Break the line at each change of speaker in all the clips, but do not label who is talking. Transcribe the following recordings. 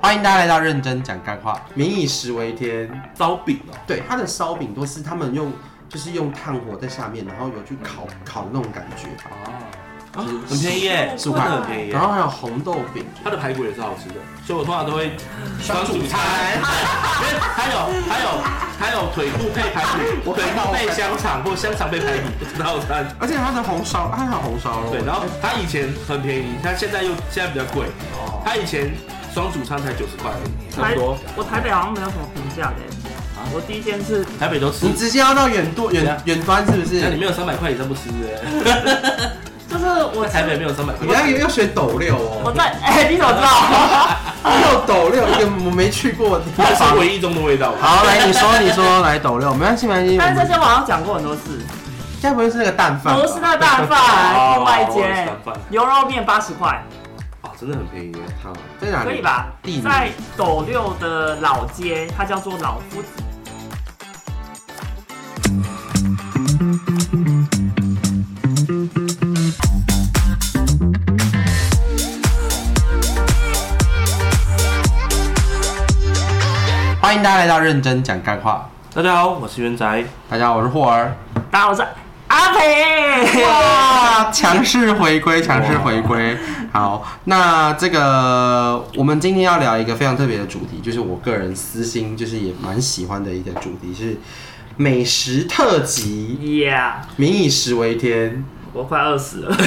欢迎大家来到认真讲干话，民以食为天。
烧饼哦，
对，它的烧饼都是他们用，就是用炭火在下面，然后有去烤烤的那种感觉，
啊，很便宜耶，
十
真
五
的
块
很便宜耶
然。后还有红豆饼，
它的排骨也是好吃的，所以我通常都会 双主餐，因为还有还有还有腿部配排骨，
我哦
腿部配香肠或香肠配排骨， 不知道餐。
而且它的红烧，它还有红烧肉。
对，然后它以前很便宜，它现在又现在比较贵。
哦
它以前双主餐才九十块而已，差
台
不多。
我台北好像没有什么评价的耶，
啊
我第一间是
台北都吃
你，直接要到远端
对
远
啊
远端是不
那你
是？
没有三百块以上不 吃的。
就是我
台北没有三百块
你。要要选斗六
我
哦，
在哎、你怎么知 道？
要斗六一个我没去过的地
它是
方。
回忆中的味道。
好，来你说你 说来斗六，没关系没关系。
但是
我
这
们
些我好像讲过很多次，
该不会是那个蛋饭吧？
不是那蛋饭，
哦
另外一
我
间
是蛋饭
牛肉面八十块，
啊，真的很便宜耶。
好，在哪里？
可以吧
地？名
在斗六的老街，它叫做老夫子。
欢迎大家来到认真讲干话。
大家好，我是元宅。
大家好，我是霍儿。
大家好，我是阿培。
哇，强势回归，强势回归。好，那这个我们今天要聊一个非常特别的主题，就是我个人私心就是也蛮喜欢的一个主题是美食特辑，
Yeah，
民以食为天。
我快饿死了。
现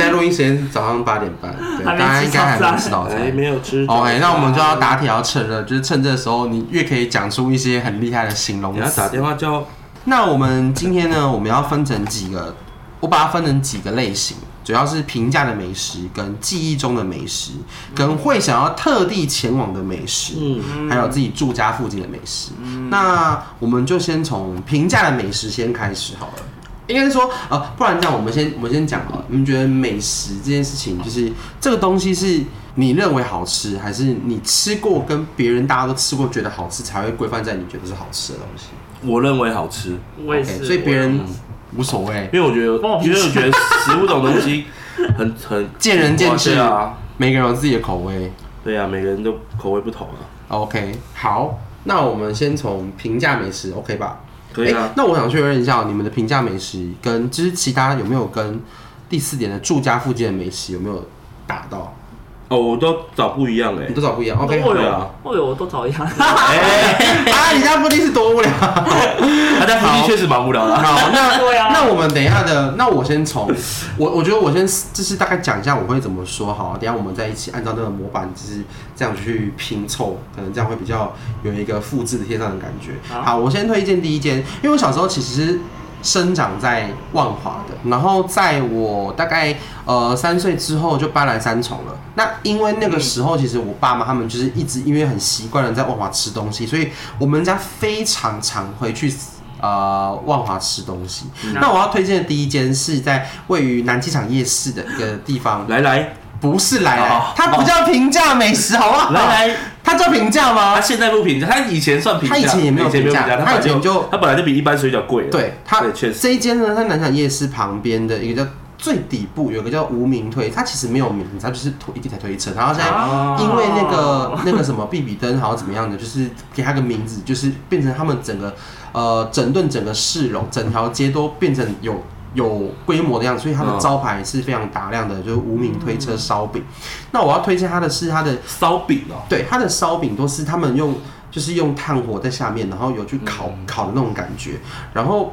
在录音时间早上八点半，对，大
还没
家应
吃
该还
早
没
餐
吃早
哎，
餐。
没有吃。
OK，那我们就要打铁要趁热，就是趁这时候，你越可以讲出一些很厉害的形容
你要
词
打。电话叫
那我们今天呢，我们要分成几个，我把它分成几个类型，主要是平价的美食、跟记忆中的美食、跟会想要特地前往的美食，
嗯。
还有自己住家附近的美食。那我们就先从平价的美食先开始好了。应该是说，呃，不然这样，我们先我们先讲好了。你们觉得美食这件事情，就是这个东西是你认为好吃，还是你吃过跟别人大家都吃过觉得好吃，才会规范在你觉得是好吃的东西？
我认为好吃，
我也
OK，
是。
所以别人无所谓
因，为我觉得，
关我屁
因
事
为我觉得食物这种东西很很
见仁见智
对啊，
每个人有自己的口味。
对啊，每个人都口味不同啊，
OK，好，那我们先从平价美食，OK 吧？
可以
诶
啊。
那我想确认一下，你们的平价美食跟就是其他有没有跟第四点的住家附近的美食有没有打到？
哦，我都找不一样哎
你，都找不一样。OK，
我
对
有
啊，
我有，我都讨 厌。
哎，
啊，你家附近是多 无聊。
他在附近确实蛮无聊的啊。
好，那
对啊
那我们等一下的，那我先从 我我觉得我先就是大概讲一下我会怎么说好，等一下我们再一起按照那个模板，就是这样去拼凑，可能这样会比较有一个复制贴上的感觉。
好
好，我先推荐第一间，因为我小时候其实是生长在万华的，然后在我大概呃三岁之后就搬来三重了。那因为那个时候其实我爸妈他们就是一直因为很习惯了在万华吃东西，所以我们家非常常回去。呃，万华吃东西。
嗯
那我要推荐的第一间是在位于南机场夜市的一个地方，
来来
不是来来
哦，
它不叫平价美食，好不好？
来来，
它叫平价吗
啊他？现在不评价，他以前算评价，
他以前也没有
以前
评价他
他
以
本来
前就
他本来就比一般水饺贵了。啊
对，它
对，确实
这一间呢，它南场夜市旁边的一个叫最底部有一个叫无名推，它其实没有名字，它就是推一台推车。然后现在
啊
因为那个那个什么比比登好像怎么样的，就是给它个名字，就是变成他们整个呃整顿整个市容，整条街都变成有。有规模的样子，所以它的
嗯
招牌是非常大量的，就是无名推车烧饼。那我要推荐它的是它的
烧饼哦，
对，它的烧饼都是他们用，就是用炭火在下面，然后有去烤、烤的那种感觉，然后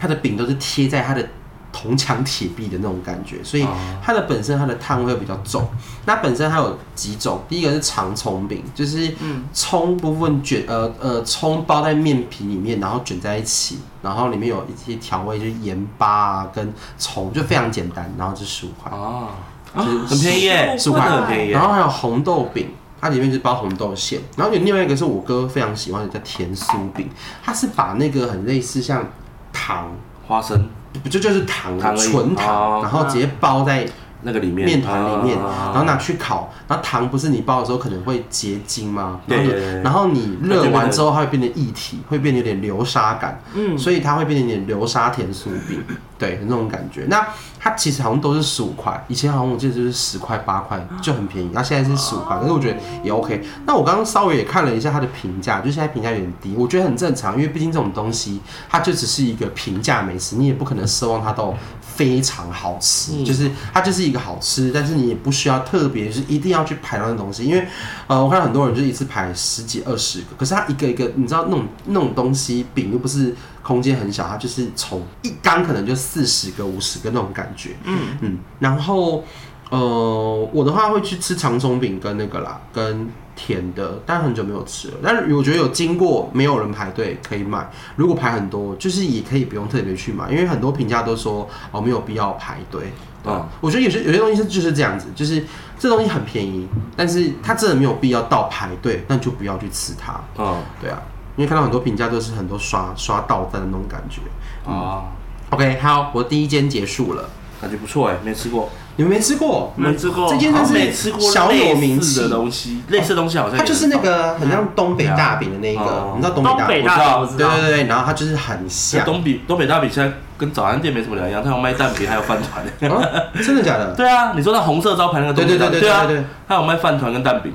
它的饼都是贴在它的铜墙铁壁的那种感觉，所以
哦
它的本身它的炭味比较重。那本身它有几种，第一个是长葱饼，就是葱部分卷呃呃葱包在面皮里面，然后卷在一起，然后里面有一些调味，就是盐巴啊跟葱，就非常简单，然后是十五块。
啊，
啊
很便宜耶，
十
五块
真的很便宜耶
然。后还有红豆饼，它里面是包红豆馅。然后有另外一个是我哥非常喜欢的叫甜酥饼，它是把那个很类似像糖，
花生
不就就是糖啊
糖而已
纯糖，
哦
然后直接包在
那个里面
面团里面，
啊
然后拿去烤。然后糖不是你包的时候可能会结晶吗？然后你
对对对
然后你热完之后，它会变成液体，会变得有点流沙感。
嗯，
所以它会变成有点流沙甜酥饼，对，那种感觉。那它其实好像都是十五块，以前好像我记得就是十块八块就很便宜，那现在是十五块，可是我觉得也 OK。那我刚刚稍微也看了一下它的评价，就现在评价有点低，我觉得很正常，因为毕竟这种东西它就只是一个平价美食，你也不可能奢望它都非常好吃，
嗯
就是它就是一个好吃，但是你也不需要特别就是一定要去排到那东西，因为呃，我看到很多人就是一次排十几二十个，可是它一个一个，你知道那种那种东西饼又不是空间很小，它就是从一缸可能就四十个五十个那种感觉，
嗯，
嗯，然后呃，我的话会去吃长松饼跟那个啦，跟甜的，但很久没有吃了。但是我觉得有经过没有人排队可以买，如果排很多，就是也可以不用特别去买，因为很多评价都说哦没有必要排队。对吧
嗯
我觉得有些有些东西是就是这样子，就是这东西很便宜，但是它真的没有必要到排队，那就不要去吃它。
嗯
对啊，因为看到很多评价都是很多刷刷到赞的那种感觉。
啊，
OK，好，我第一间结束了。
感觉不错哎，没吃过，
你们没吃过？
没吃过
这间
好
算
像没
是
吃过
小有名
类似
气
的东西，类似的东西好像也
它就是那个很像东北
对啊
大饼的那一个
哦，
你知道东
东
北
北
大
我
饼？
知道
大饼我知
对
道
对，对，然后它就是很
那
像，
东北东北大饼现在跟早餐店没什么两样，它有卖蛋饼，还有饭团。
啊真的假的？
对啊，你说那红色招牌那个东
对对
北大
对
饼，
对对对哦
啊，
对。
它有卖饭团跟蛋饼，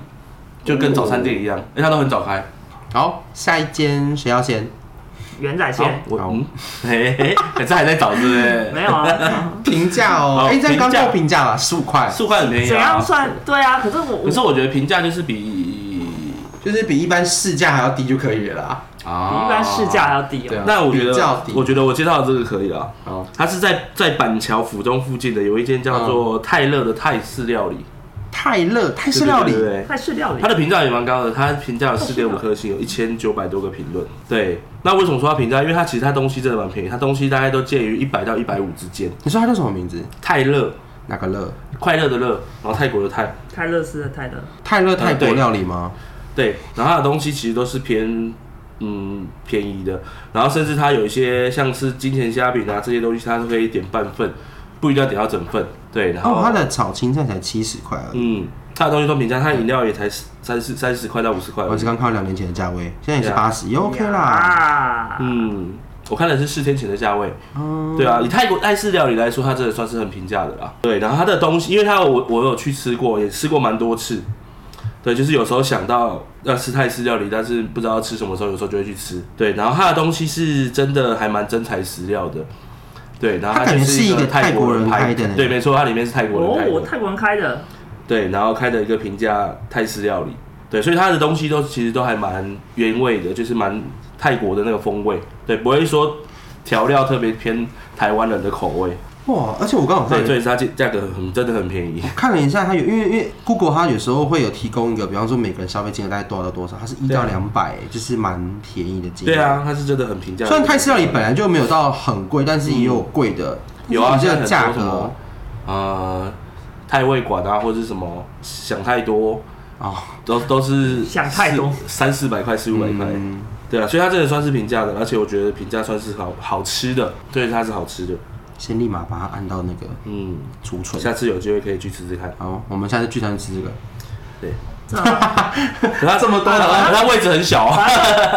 就跟早餐店一样，哎，它都很早开。
好，下一间谁要先？
元仔
好
先，
我
好
嗯， 嘿嘿，嘿这还在找是不是？
没有啊，
评价哦
好，
哎，这样刚
评价
够评价了，十五块，
四块很便宜
怎样
啊。
算？对啊，可是我
可
我
是我觉得评价就是比
就是比一般市价还要低就可以了啦。
啊
比一般市价还要低
对
哦。
啊，
那我觉
比较
得
低，，
我觉得我介绍的这个可以了。
好，
它是在在板桥府中附近的，有一间叫做泰勒的泰式料理，
泰勒嗯泰式料理
对对对对
泰式料理
它，的评价也蛮高的，它评价了四点五颗星，有一千九百多个评论。对，那为什么说它评价？因为它其实它东西真的蛮便宜，它东西大概都介于一百到一百五之间。
你说它叫什么名字？
泰勒，
哪个乐？
快乐的乐，然后泰国的泰，
泰勒斯的泰勒，
泰勒泰国
呃对
料理吗？
对，然后它的东西其实都是偏嗯便宜的，然后甚至它有一些像是金钱虾饼啊这些东西，它都可以点半份，不一定要点到整份。对，然后、
哦，它的炒青菜才七十块而已。
嗯，它的东西都平价，它的饮料也才三十三十块到五十块而
我
已
是。刚看到两年前的价位，现在也是
对啊啊
八十，也 OK 啦。
啦，
嗯，我看的是四天前的价位。
嗯，
对啊，以泰国泰式料理来说，它真的算是很平价的啦。对，然后它的东西，因为它有我我有去吃过，也吃过蛮多次。对，就是有时候想到要吃泰式料理，但是不知道吃什么时候，有时候就会去吃。对，然后它的东西是真的还蛮真材实料的。对，然后
它感
就
觉是一
一
个
个
泰
泰
国
国
人
人
开
拍
的呢
对，没错，它里面是泰国人开的。
哦，泰国人开的，
对，然后开的一个平价泰式料理，对，所以它的东西都其实都还蛮原味的，就是蛮泰国的那个风味，对，不会说调料特别偏台湾人的口味，
哇！而且我刚好看
对，
了
所以它价价格很真的很便宜，
看了一下，它有因为因为 Google 它有时候会有提供一个，比方说每个人消费金额大概多少到多少，它是一
对
到
啊
两百，就是蛮便宜的金额。
对，啊，它是真的很平价。
虽然泰式料理本来就没有到很贵，但是也有贵的，
嗯有啊，
这
现在
个
很
价
多什么
格
呃泰味馆啊，或者是什么想太多，
哦，
都都是
想太多
四三四百块、四五百块，
嗯
对啊，所以它真的算是平价的，而且我觉得平价算是好好吃的，对，它是好吃的，
先立马把它按到那个
嗯。
储存。
下次有机会可以去吃吃看。
好，我们下次聚餐吃这个，
对，
这样
可它这么多，可它位置很小啊。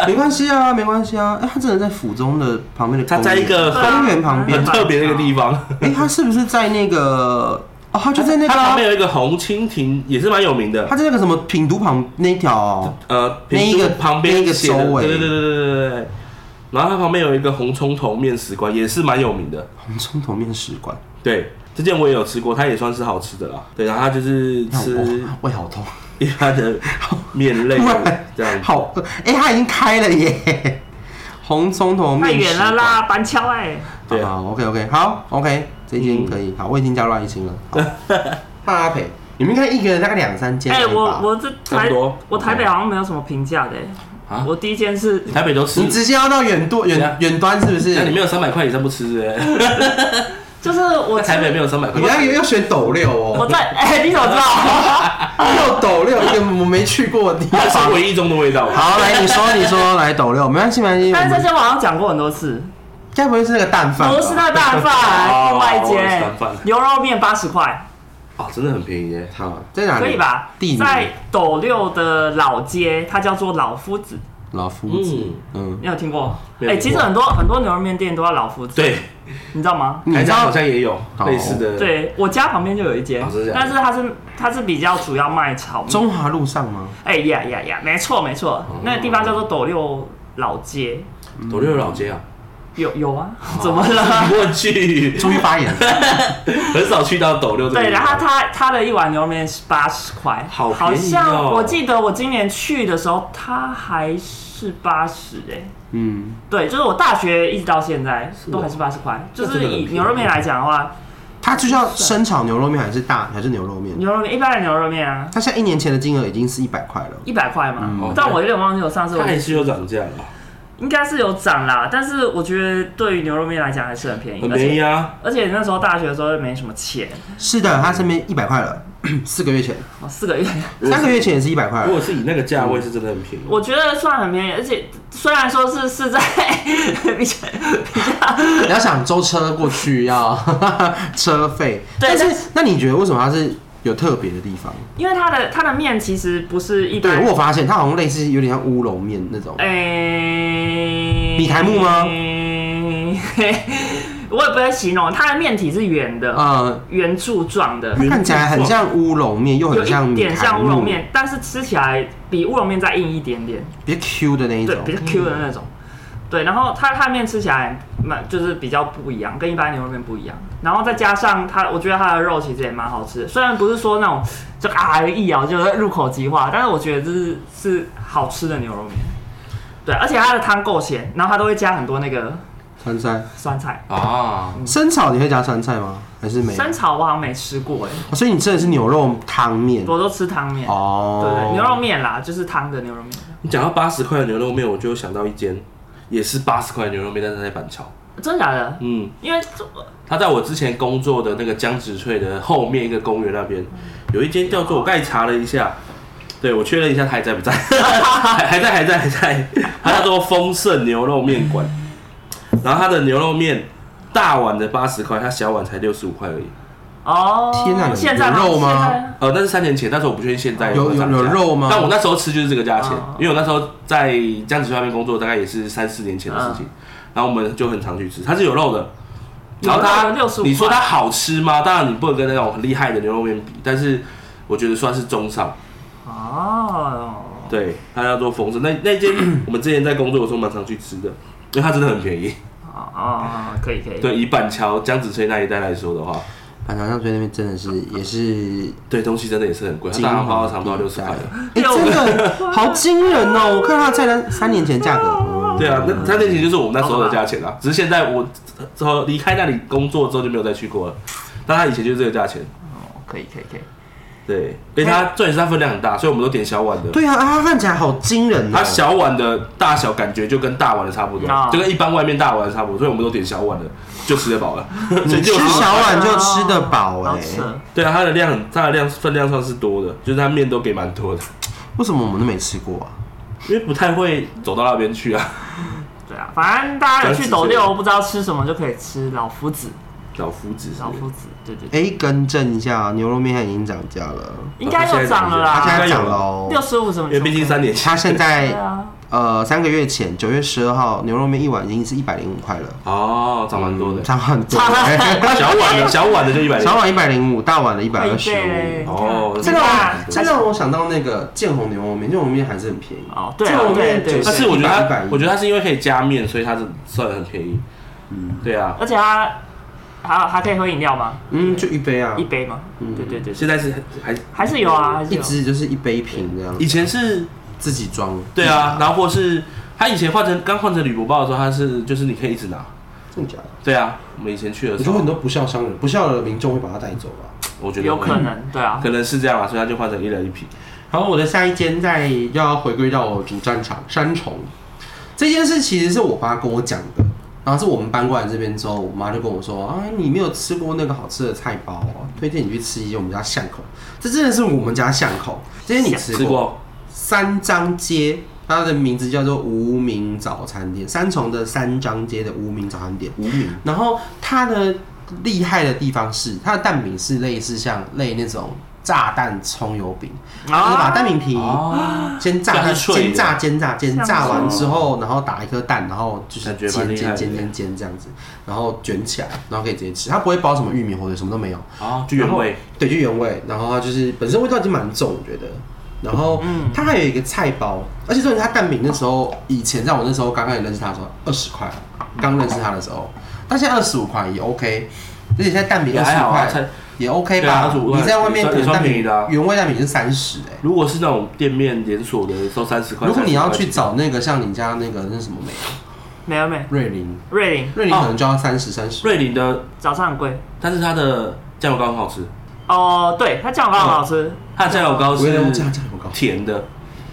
没关系啊，没关系啊。哎、它真的在府中的旁边的公园，
它在一个很
公园旁边
很。特别的一个地方，
哎、它是不是在那个？哦，它就在那个
它
啊、
旁边有一个红蜻蜓，也是蛮有名的。
它在那个什么品读旁那一条哦。
呃，
那一
平
个
度旁
那
边
一个
写的
周围
对对对对对对对。然后它旁边有一个红葱头面食馆，也是蛮有名的。
红葱头面食馆，
对，这件我也有吃过，它也算是好吃的啦。对，然后它就是
让
吃
我胃好痛，
一般的面类
突 然
这样子。
好饿。哎、它已经开了耶！红葱头面
太
食
远了啦，板桥哎，
馆。
对啊
好，OK OK，好，OK，这一间可以。好，我已经加入爱 心了。好大培，你们应该一个人大概两三间
哎，
而已
我
吧？
我这
差
台
不多嗯
我台北好像没有什么评价的
啊
哎，我第一 间是
你台北都吃
你，直接要到远端
对
远
啊
远端是不是
那？你没有三百块以上不吃 的，
就是我
在台北没有三百块
你。要要选斗六
我
哦，
在哎，你怎么知道？
要斗六一个 我没去过的地
它
方。
是回忆中的味道。
好，来你说你说来斗六，没关系没关系。
但
我
是这
们
间我好像讲过很多 次，
该不会是那个蛋饭吧？
不是那拌
哦
饭，另外一
我喜
间
欢饭
牛肉面八十块，
啊，真的很便宜耶！
好，在哪里？
可以吧
地？名
在斗六的老街，它叫做老夫子，
老夫子，嗯，
你有听过？
没有
哎，其实很多很多牛肉面店都要老夫子，
对，嗯
你知道吗？
你
台
知
南好
道
像也有
哦
类似的，，
对我家旁边就有一间
哦真的，假的
但是它是它是比较主要卖炒面。
中华路上吗？
哎呀呀呀，没错没错，
哦
那个地方叫做斗六老街，
斗六老 街啊，
有有啊，
哦
怎 么了？
我去，
注意发 言，
很少去到斗六这个地方。
对，然后它它的一碗牛肉面是八十块，
好便宜哦
像我记得我今年去的时候，它还是八十哎，
嗯，
对，就是我大学一直到现在
哦
都还是八十块，就
那真
是
的很便宜
以牛肉面来讲的话，
它就叫生炒牛肉面还是大还是牛肉面？
牛肉面一般的牛肉面啊，
它现在一年前的金额已经是一百块了。
一百块嘛，
哦
嗯
但我有点忘记我上次我
它也是有涨价了，
应该是有涨啦，但是我觉得对于牛肉面来讲还是很便宜，
很便宜啊。
而且而且那时候大学的时候又没什么钱，
是的，它身边一百块了， 四个月前，
哦，四个月，
三个月前也是一百块
如
了。
果是以那个价位，是真的很便宜。
我觉得算很便宜，而且虽然说是是在 比较比较
你要想舟车过去要 车费，
对
但
但
是那你觉得为什么它是有特别的地方？
因为它的它的面其实不是一
对
般
我，有发现它好像类似有点像乌龙面那
哎
种，
诶、
米苔木吗
嘿嘿 我也不会形容，它的面体是圆的，
呃，
圆柱状的，
看起来很像乌龙面，又
有
很像
一
米
点
苔
像乌龙
木，
面，但是吃起来比乌龙面再硬一点点，
比较 Q 的那一
对
种，。
比较 Q 的那种。对，然后它它的面吃起来蛮就是比较不一样，跟一般牛肉面不一样。然后再加上它，我觉得它的肉其实也蛮好吃的，虽然不是说那种就啊一咬就入口即化，但是我觉得这是是好吃的牛肉面。对，而且它的汤够咸，然后它都会加很多那个
酸菜，
酸菜。
啊，
生炒你会加酸菜吗？还是没有？
生炒我好像没吃过哎，
哦所以你吃的是牛肉汤面
我都吃汤面。
哦
对对，牛肉面啦，就是汤的牛肉面。
你讲到八十块的牛肉面，我就想到一间也是八十块的牛肉面，但是在板桥。
真的假的？
嗯，
因为这
他在我之前工作的那个江子翠的后面一个公园那边，有一间叫做我刚才查了一下，对我确认一下他还在不在， 还还在还在还在，他叫做丰盛牛肉面馆，然后他的牛肉面大碗的八十块，他小碗才六十五块而已。
哦，
天哪有
现在
有肉吗
现在
呃，那是三年前，但是我不确定现在没涨价
有有有肉吗
但我那时候吃就是这个价钱
哦，
因为我那时候在江子翠那边工作，大概也是三四年前的事情。然后我们就很常去吃，它是有肉的。然后它
啊有肉有65，
你说它好吃吗？当然你不能跟那种很厉害的牛肉面比，但是我觉得算是中上。
哦，
对，它叫做丰盛。那那 间我们之前在工作的时候蛮常去吃的，因为它真的很便宜。
哦哦，可以可以。
对，以板桥江子翠那一带来说的话，
板桥上最那边真的是也是
对东西真的也是很贵，它
金华
大汉包差不多六十块了。
哎、真的好惊人哦！我看它的菜单三年前价格，哦
对啊，那他那钱就是我们那时候的价钱啊，只是现在我呃之后离开那里工作之后就没有再去过了。但他以前就是这个价钱，
哦，可以可以可以。
对，因为他重点是他分量很大，所以我们都点小碗的。
对啊，啊它看起来好惊人哦！
它小碗的大小感觉就跟大碗的差不多
啊，
就跟一般外面大碗的差不多，所以我们都点小碗的，就吃得饱 了。所以
你吃
就
小碗就吃得饱哎、
好吃。
对啊，它的量它的量分量上是多的，就是它面都给蛮多的，
为什么我们都没吃过啊？
因为不太会走到那边去啊。
对啊，反正大家有去斗六，不知道吃什么就可以吃老夫子，
老夫子是
老
不是
夫子，对对对，
哎、更正一下，牛肉面它已经涨价了，
应该有涨了
它现
啊
啦，
在涨了哦
六。十五什么？
因为毕竟三，年前
它现
对
在
啊，
呃三个月前，九月十二号，牛肉面一碗已经是一百零五块了，嗯
哦，涨蛮多的，
涨很多。
涨很 多
小碗的小碗的就一百零
小碗一百零五，大碗的一百
快
二
一
十
倍嘞
五。
哦
这
这
个
个
这让我想到那个建宏牛肉面，建宏面还是很便宜
嗯
哦对啊
建宏面
对对对
但是我觉得
100
它，我觉得它是因为可以加面，所以它是算很便宜。嗯，对啊，
而且它还有还可以喝饮料吗？
嗯，就一杯啊
一，杯吗？对对对，
现在是还
还是有啊，还是
一
有。
支就是一杯瓶这样，
以前是
自己装。
对啊，，然后或是它以前换成刚换成铝箔包的时候，它是就是你可以一直拿。
真的假的？
对啊，我们以前去的
我
时
觉得
候
很，多不孝商人、不孝的民众会把它带走吧。
我觉得
有
会
可，能，对啊，
可能是这样啊，所以它就换成一人一瓶。
好，我的下一间在又要回归到我主战场山重，这件事其实是我爸跟我讲的。然后是我们搬过来这边之后，我妈就跟我说：“啊，你没有吃过那个好吃的菜包哦，推荐你去吃一间我们家巷口。这真的是我们家巷口，这间你吃
吃过
三张街，它的名字叫做无名早餐店，三重的三张街的无名早餐店。
无名
然后它的厉害的地方是，它的蛋饼是类似像类那种炸弹葱油饼，
啊
就是把蛋饼皮
哦，
先炸
这样
它，
是脆的
煎炸煎炸煎
像
炸完
是
之后，然后打一颗蛋，然后就是
感觉
煎煎
蛮厉害
煎
的
煎煎煎这样子，然后卷起来，然后可以直接吃。它不会包什么玉米或者什么都没有，
哦，就原味，
对，就原味。然后它就是本身味道已经蛮重，我觉得。然后
嗯
它还有一个菜包，而且重点是它蛋饼那时候，以前在我那时候刚开始认识它的时候，二十块，刚认识它的时候，但现在二十五块也 OK，而且现在蛋饼
也
二十
还好
五
啊。
块
才
也 OK
对啊
吧？
25块
你在外面
也
可
算
能蛋
也算便宜
饼
的啊
原味蛋饼是三十哎。
如果是那种店面连锁的，收三十块。
如果你要去
30块
找那个像你家那个那什么梅
没有没有，
瑞林，
瑞林
瑞林可能就要三十三十。
瑞林的，
早上很贵
但是它的酱油膏很好吃，
哦，对，它酱油膏很好吃，
它的酱油膏
我跟你讲，
哦是
价很高。
甜的，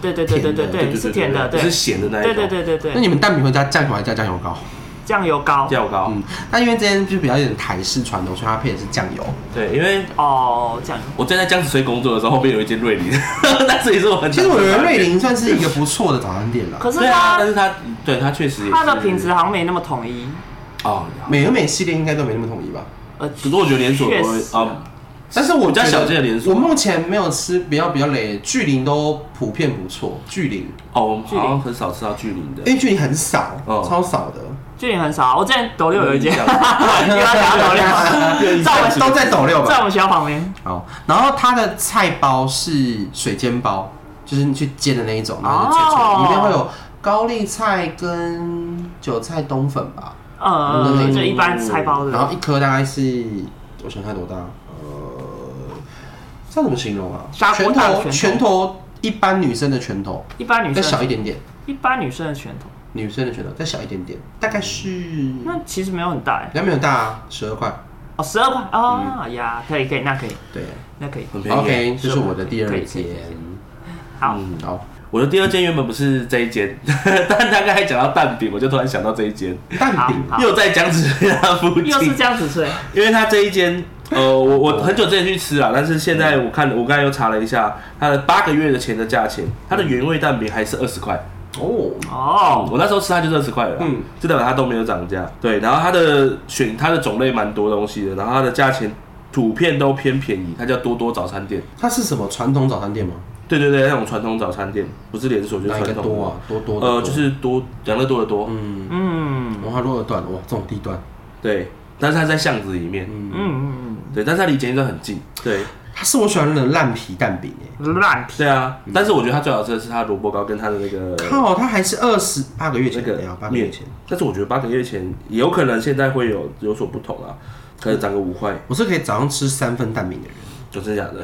对对对对对
甜
对，是甜的，
不
对
是咸的那一
对
种。
对对对
那
对，
你们蛋饼会加酱油还是加酱油膏？
酱油膏
酱油膏，
嗯，那因为这边就比较有点台式传统，所以它配的是酱油。
对，因为
哦，酱油
我站在江子水工作的时候，后面有一间瑞林， 但是也是我很
其实我觉得瑞林算是一个不错的早餐店了。
可是
对啊，
它
但是它对它确实也是
它的品质好像没那么统一，
哦，
美而美系列应该都没那么统一吧？
呃，
可是我觉得连锁
确
都会
实
啊，
但是我
比较
觉得
小间的连锁
我目前没有吃比较比较雷，巨林都普遍不错。巨林，
哦，我们
巨林
好像很少吃到巨林的
因。为巨林很少，
哦
超少的，
距离很少。我之前斗六有一间，
有
又
印
要
象
讲到斗六，在我
都在抖六吧
在我。们学校旁边，
好，然后它的菜包是水煎包，就是你去煎的那一种，然后就脆脆的，
哦
里面会有高丽菜跟韭菜冬粉吧，
呃，
嗯
就一般菜包
然
的
后一颗大概是，我想看多大，呃，这样怎么形容啊？
砂锅
拳
大拳
头，
头
拳头，一般女生的拳头，
一般女
再小一
生
点点，
一般女生的拳头，
女生的拳头再小一点点，大概是，
那其实没有很大哎，
两没有大、啊，十二块，
哦，十二块哦呀，可以可以，那可以
对
那可以，
很便宜耶。
，OK，这是我的第
可
二
以可以
间
可以，好，
嗯
好，
我的第二间原本不是这一间， 但大概讲到蛋饼，我就突然想到这一间，
蛋饼
好
又在江子水那附
又是
近
这，样子吹，
因为它这一间，呃，我我很久之前去吃啊，但是现在
嗯
我看我刚才又查了一下，它的八个月的钱的价钱，它的原味蛋饼还是二十块。
哦，
哦，
我那时候吃它就是二十块了，嗯
嗯，
就代表它都没有涨价。对，然后它的选它的种类蛮多东西的，然后它的价钱普遍都偏便宜，它叫多多早餐店。
它是什么传统早餐店吗？
对对对，那种传统早餐店，不是连锁就是
哪一个
传统。
多啊？多多的
呃，
多
就是多养乐多的多，
嗯，
嗯
文化路二段哇，这种地段，
对，但是它在巷子里面，
嗯嗯
对，但是它离捷运站很近，对，
它是我喜欢的烂皮蛋饼哎。
嗯，烂皮
对啊，但是我觉得它最好吃的是它的萝卜糕跟它的那个
靠，它还是二十八个月
那
前的哎呀，
个
八个月
面
前。，
但是我觉得八个月前有可能现在会有有所不同啊，可能涨个五块，
我是可以早上吃三份蛋饼的人，
就真的假的？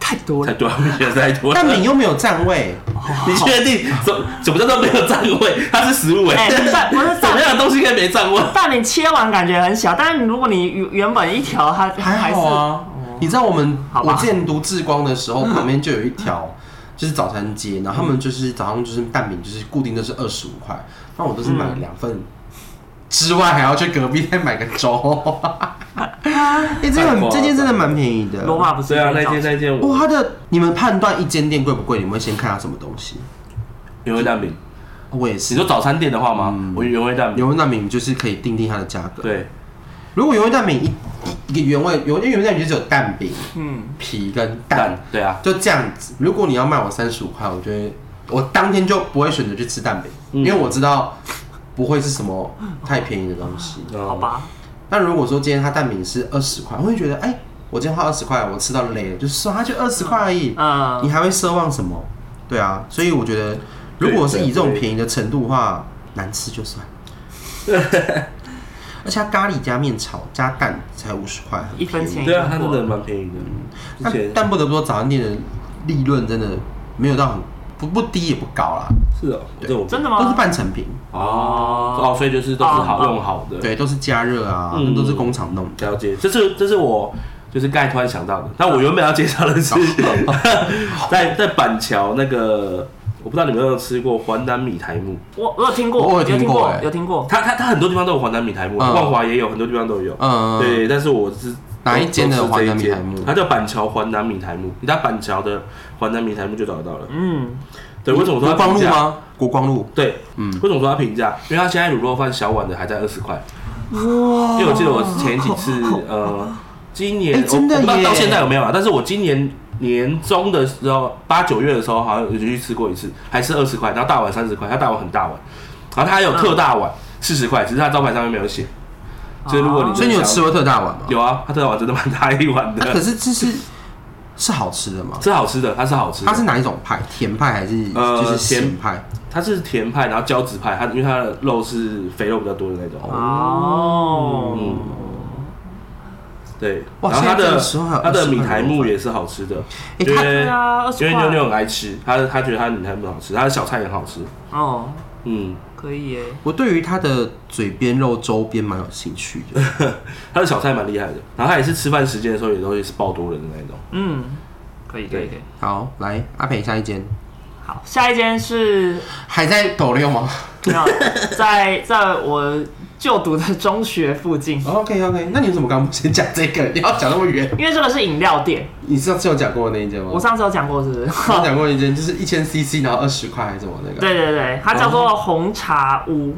太多
太
了，
多了，我觉得太多了。
蛋饼又没有占位，
你确 定什什么叫做没有站位？它是食物哎、
哎，蛋 不是
什么
蛋。
样的东西可以没站位？
蛋饼切完感觉很小，但是如果你原本一条，它
还
还是
好啊。你知道我们
好吧
我之前读志光的时候，旁边就有一条就是早餐街，然后他们就是早上就是蛋饼就是固定都是二十五块，那我都是买两份。之外还要去隔壁再买个粥， 哎、这个很这间真的蛮便宜的。
罗马不是
对啊，那
早
天那天
哇，
我
它的你们判断一间店贵不贵，你们会先看它什么东西？
原味蛋饼，
我也
你
是，
说早餐店的话吗？我原味蛋饼，
原味蛋饼就是可以定定它的价格。，
对，
如果原味蛋饼一一一个原味，原因为原味蛋饼就只有蛋饼
嗯，
皮跟蛋
蛋，，对啊，
就这样子。如果你要卖我三十五块，我觉得我当天就不会选择去吃蛋饼，
嗯
因为我知道不会是什么太便宜的东西。
嗯
好，吧，
但如果说今天它蛋饼是二十块，我会觉得哎、我今天花二十块，我吃到累了，就算它就二十块而已。
嗯，
你还会奢望什么？对啊，所以我觉得，如果是以这种便宜的程度的话，难吃就 算。而且它咖喱加面炒加蛋才五十块，很
一分
便宜
钱
对啊，它真的蛮便宜的。之前
但但不得不说，早餐店的利润真的没有到很不不低也不高啦，
是哦，
对
这我
真的
都是
吗？
半成品，
哦哦，所以就是都是好用好的，
对，都是加热啊，
嗯
都是工厂弄的。
了解。这是这是我就是刚才突然想到的。但我原本要介绍的是
哦
在在板桥那个，我不知道你们有没有吃过环南米苔木。
我我有听过，
我有
有
听
听
过
过
哎，
有听过。
它它它很多地方都有华南米苔木，
嗯
万华也有，很多地方都有。
嗯，
对，但是我是
哪一间的
都是这一
华南米苔木
它叫板桥华南米苔木，你打板桥的华南米苔木就找得到了。
嗯，
对，为什么
国
说它
光
平
路
价？
吗？国光路，
对，
嗯
为什么说它平价？因为它现在卤肉饭小碗的还在二十块。因为我记得我前几次呃，今年
哎真的
我我不知道
耶
到现在有没有啊？但是我今年年中的时候，八九月的时候好像有去吃过一次，还是二十块，然后大碗三十块，它大碗很大碗，然后它还有特大碗四十块，只是它招牌上面没有写。就是如果你
哦所以你有吃过特大碗吗？啊
有啊，它特大碗真的蛮大一碗
那、可
的，
是这是是好吃的吗？
是好吃的，它是好吃的，
它是哪一种派？甜派还是
呃
就是咸
甜
派？
它是甜派，然后胶质派，它因为它的肉是肥肉比较多的那种。
嗯
哦，
嗯，对，
哇
然后它
现在这个
的
时候还有
它的
20
米
块
苔
肉
木
饭
也是好吃的，
诶
因
它
为
对啊20
因为
块
妞妞很爱吃，她她觉得她的米苔木好吃，她的小菜也好吃，
哦，
嗯，
可以耶，
我对于它的嘴边肉周边蛮有兴趣的。
她的小菜蛮厉害的，然后她也是吃饭时间的时候也都会是爆多人的那种，
嗯，可以可以可以。
好，来阿培下一间，
好，下一间 是
还在抖六吗
没有在在我就读的中学附近，
？OK OK，那你哦怎么刚不先讲这个？你要讲那么远？
因为这个是饮料店，
你上次有讲过那一间吗？
我上次有讲过是不是？
我讲过一间，就是一千 CC，然后二十块还是什么那个？
对对对，它叫做红茶屋，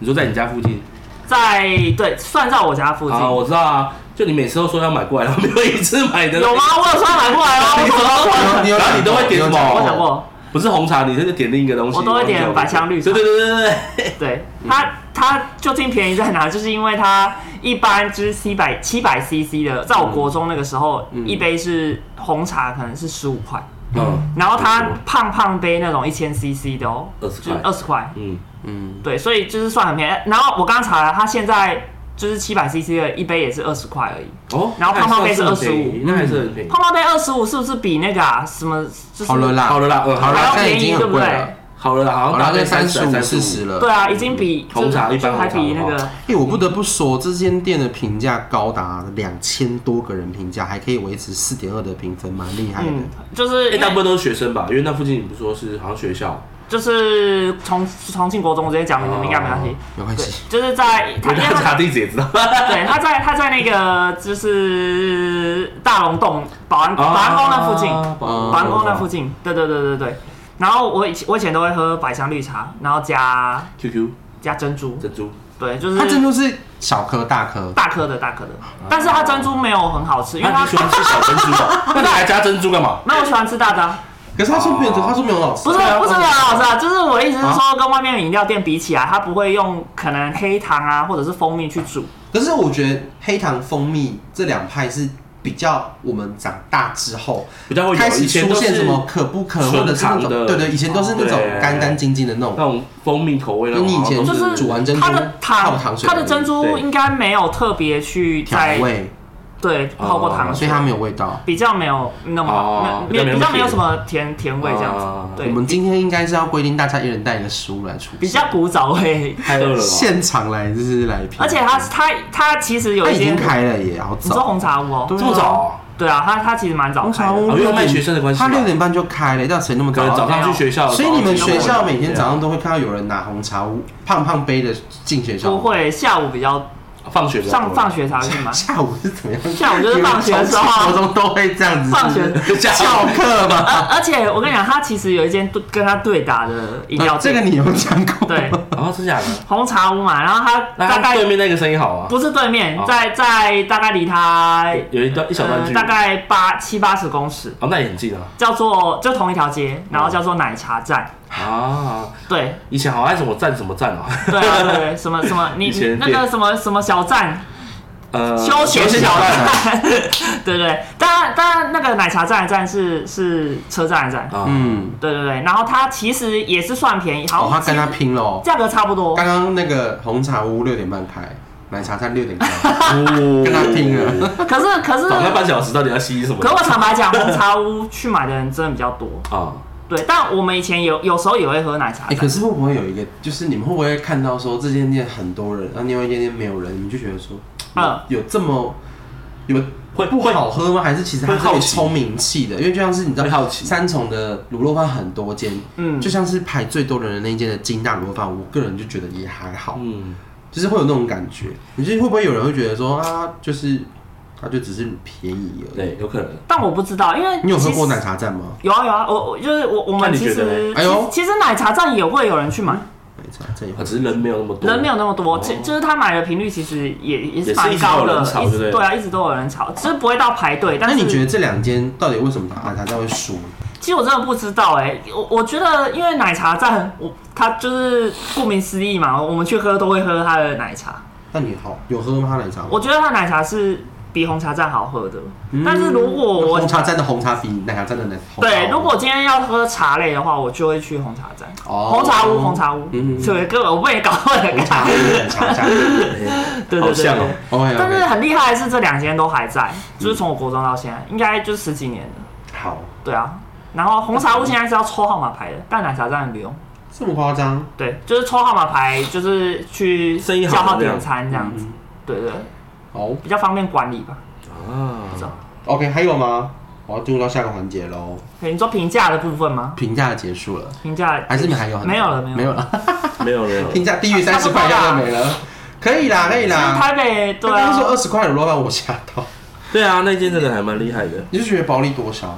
你说在你家附近，
在对算在我家附近。
啊，
哦
我知道啊，就你每次都说要买过来，然后没有一次买的，
有吗？？我有刷买过来吗？我有刷过 来
你有
然后你都会点什么
你有
我
讲
讲过，
不是红茶，你那个点另一个东西，
我都会点百香绿茶
对对对对对对，
对
嗯
它它究竟便宜在哪？就是因为它一般就是七百七百 CC 的，
嗯
在我国中那个时候，一杯是红茶可能是十五块，
嗯，
然后它胖胖杯那种一千 CC 的哦，
20块
二十块，
嗯，
嗯，
对，所以就是算很便宜。然后我刚查了，它现在就是七百 CC 的一杯也是二十块而已。
嗯
哦，
然后胖胖妹是
那还算很
25
便宜那还是很便宜，
胖胖杯二十五是不是比那个啊什么就是
好了啦，
好了啦，嗯，好
好
了
了，
啦，
现在已经很贵了，
好了啦，好
好
像
了，
大概
在三十
35
五、四十了。
对啊，已经比
红茶
就是
一般
就还
红茶
比那
的
个
哎、我不得不说，这间店的评价高达两千多个人评价，还可以维持四点二的评分，蛮厉害的。
嗯，就是
哎
欸，
因
大部
为
分都是学生吧，因为那附近你不是说是好像学校，
哎就是重重庆国中，我直接讲名
哦
字应该没关系。
没关
对
系，，
就是在
因
他
为
因为
他 查
他
地址也知 道。
对他在他在那个就是大龙洞保安保安宫那附近，
哦
保安宫那附近，对对对对对。然后我以前我以前都会喝百香绿茶，然后加
QQ
加珍珠，
哦珍珠，
对，就是
它珍珠是小颗大颗，
大颗的大颗的，但是它珍珠没有很好吃，因为
那
它
你喜欢吃小珍珠 吧？那你还加珍珠干嘛？
那我喜欢吃大的啊，
可是他说没有，
哦
他说没有很好吃。
不是
对啊
不是
哦
很好吃啊，就是我的意思是说，跟外面的饮料店比起来，它不会用可能黑糖啊或者是蜂蜜去煮，
可是我觉得黑糖蜂蜜这两派是比较我们长大之后
比较会
开
哦有，
始
以前
出
都
现
是
什么可不可，或者是那种
纯糖的哦
对对，以前都是那种
对
干干净净的那
那
种。
种蜂蜜口味的，
你以前
好像
就是
煮完珍珠
它的
泡
糖
糖，水
它的珍珠
对
应该没有特别去
调
在
味，
对泡过糖
哦
所以
水，
它没有味道。
比较没有那么
哦
好，没
比较没有
有比较没有
甜
什么甜甜味这样子
哦，
我
对，
们今天应该是要规定大家一人带一个食物来处理，
比较古早味，
嗯
太饿了吧？
现场来就是来品，
而且它它它其实有
它
一
已
些
经，开了耶，好
你说
早，
红茶屋哦，
对啊
这么早啊？
对啊，它它其实蛮早
红
开
茶
的
屋，
哦因为
六点
卖学生的关系吧
它六点半就开了，要谁那么
可能
早
早？上去学校的时
所
候，
以你们学校每天早上都会看到有人拿红茶屋胖胖杯的进学校，
不，会下午比较
啊放学的时候
上放学才会去买。
下午是怎么样？
下午就是放学的时候啊
高中都会这样子，
放学
是不是翘课 嘛。
呃而而且我跟你讲，他其实有一间对跟他对打的饮料
这
店，
个你有讲过？
对
啊，真假的？
红茶屋嘛，然后他
那
大
他
概
对面那个声音好啊，
不是对面
哦，
在在大概离他
有一段一小段距
呃
离，
大概八七八十公尺，
哦，那也很近啊。
叫做就同一条街，然
哦
后叫做奶茶站，
啊，
对
以前好爱什么站什么站哦，
对啊对对，什么什么你
以前
你那
店
个什么什么小站，
呃，
休闲
小
小
站啊
站， 对对对，当然当然那个奶茶站的站是是车站的站，
啊，
嗯，
对对对，然后它其实也是算便宜，
哦
好，
他
像
跟他拼了哦。
价格差不多，
刚刚那个红茶屋六点半开，奶茶站六点开，
跟
哦
跟他拼了。
可是可是
早上半小时到底要吸什么？
可是我坦白讲，红茶屋去买的人真的比较多。
啊，
对，但我们以前有有时候也会喝奶茶
哎、可
站。
是会不会有一个，就是你们会不会看到说这间店很多人，然后另外一间店没有人，你们就觉得说，
嗯
啊
有这么有
会
不好喝吗？还是其实它
会
是有
好奇
聪明气的？因为就像是你知道，
会好奇
三重的卤肉饭很多间，
嗯
就像是排最多的人的那一间的金大卤肉饭，我个人就觉得也还好，
嗯，
就是会有那种感觉。你就是会不会有人会觉得说啊，就是它就只是便宜而已？
对，有可能。
但我不知道，因为
你有喝
其实
过奶？茶站吗？
有啊有啊，我我就是我我
那
们
你
其
觉得
实
哎呦
其其实奶茶站也会有人去买，
奶差，这一
啊
回
只是人没有那
嗯
么多，
人没有那么多，其就是他买的频率其实也也
也
是
是一
蛮
直都
高
有
的，
人吵
一直
对不对
对啊，一直都有人吵，只是不会到排队。但
那
是
你觉得这两间到底为什么打奶茶站会输？
其实我真的不知道哎、我我觉得因为奶茶站，我它就是顾名思义嘛，我们去喝都会喝它的奶茶。
那你好有喝吗？奶茶吗？
我觉得它奶茶是比红茶站好喝的，
嗯
但是如果我
红茶站的红茶比奶茶站的奶茶
对，如果今天要喝茶类的话，我就会去红茶站。
哦
红茶屋，红茶屋，
嗯嗯嗯哦
对，根本我被你搞 混了。
红茶奶茶站
对
好
对对
像哦
对。
，OK
但是
OK，
很厉害的是，这两间都还在，
嗯
就是从我国中到现在，应该就是十几年了。
好，
对啊，然后红茶屋现在是要抽号码牌的，但奶茶站不用。
这么夸张？
对，就是抽号码牌，就是去
生意好
叫号
的这样
点餐这
嗯
样子。对对，
好
比较方便管理吧。
啊，
，OK，还有吗？我要进入到下个环节喽，
对你说评价的部分吗？
评价结束了，
评价
还是你还有很多？
没有了，
没
有
有
了。
了，
没有没有，
评价低于三
差
十
不多
块
啦
就没了，可以啦，可以
其实
啦。
台北对
啊他刚刚说
啊
二，十块的罗老板，我吓到。
对啊，那间真的还蛮厉害的，
你是觉得薄利多销？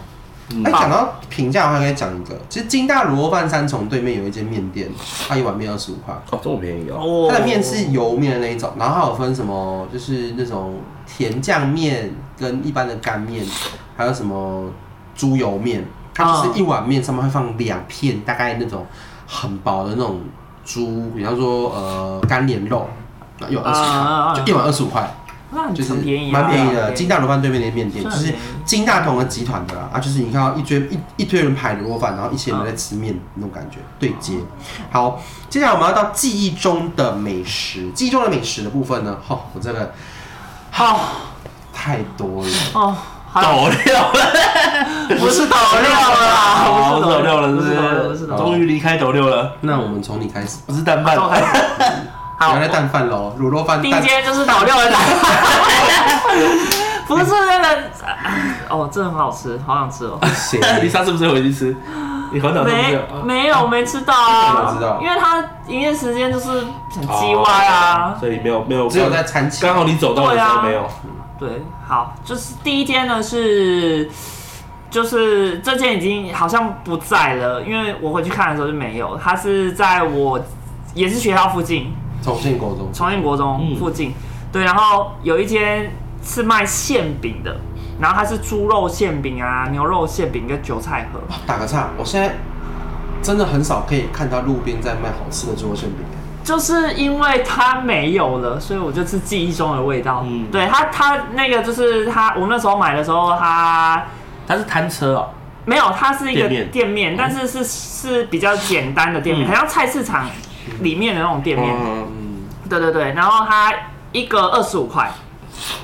嗯
哎，讲到评价，我还可以讲一个，其实金大卤肉饭三重对面有一间面店，它一碗面二十五块。
哦，这么便宜哦，
哦
它的面是油面的那一种，然后还有分什么，就是那种甜酱面跟一般的干面，还有什么猪油面。它就是一碗面上面会放两片，大概那种很薄的那种猪，比方说呃干莲肉，有二十
啊啊啊
块，就一碗二十五块，
那
就是
很便宜啊，
蛮便宜的。
很
金大卤饭对面那面店，就
算
是
便宜
金大同的集团的啦，啊，就是你看到一堆一一堆人排卤肉饭，然后一些人
嗯
在吃面那种感觉，对接。好，接下来我们要到记忆中的美食，记忆中的美食的部分呢，吼、我真的
好
太多 了，
哦，好了
抖料了，
不是抖料啦，
好
啊不是
抖料了，
不是抖料，
是
不
不
是
是？
抖料。
终于离开抖料了，
那我们从你开始，
不是蛋饭，
啊好
原，来蛋饭喽，卤肉饭
第
蛋
一，间就是抖料的蛋， 不是那个，哦，这很好吃，好想 吃哦。
谁
你上次不是有回去吃？你很早都没
没
有啊
没有没吃到
我知道
啊，因为它营业时间就是很鸡歪
哦
啊。
所以没有没有，
只有在餐前
刚好你走到的时候没有，
对，好，就是第一间呢是，就是这间已经好像不在了，因为我回去看的时候就没有，它是在我也是学校附近，
重庆国中，
重庆国中附近，对，然后有一间是卖馅饼的，然后它是猪肉馅饼啊、牛肉馅饼跟韭菜盒，
打个岔，我现在真的很少可以看到路边在卖好吃的猪肉馅饼，
就是因为它没有了，所以我就吃记忆中的味道。
嗯
对它，它那个就是它，我那时候买的时候它。
他是摊车哦，
没有，它是一
店
个
面
店面，但是是是比较简单的店面，
嗯
好像菜市场里面的那种店面。
嗯，
嗯，
对对对，然后它一个二十五块，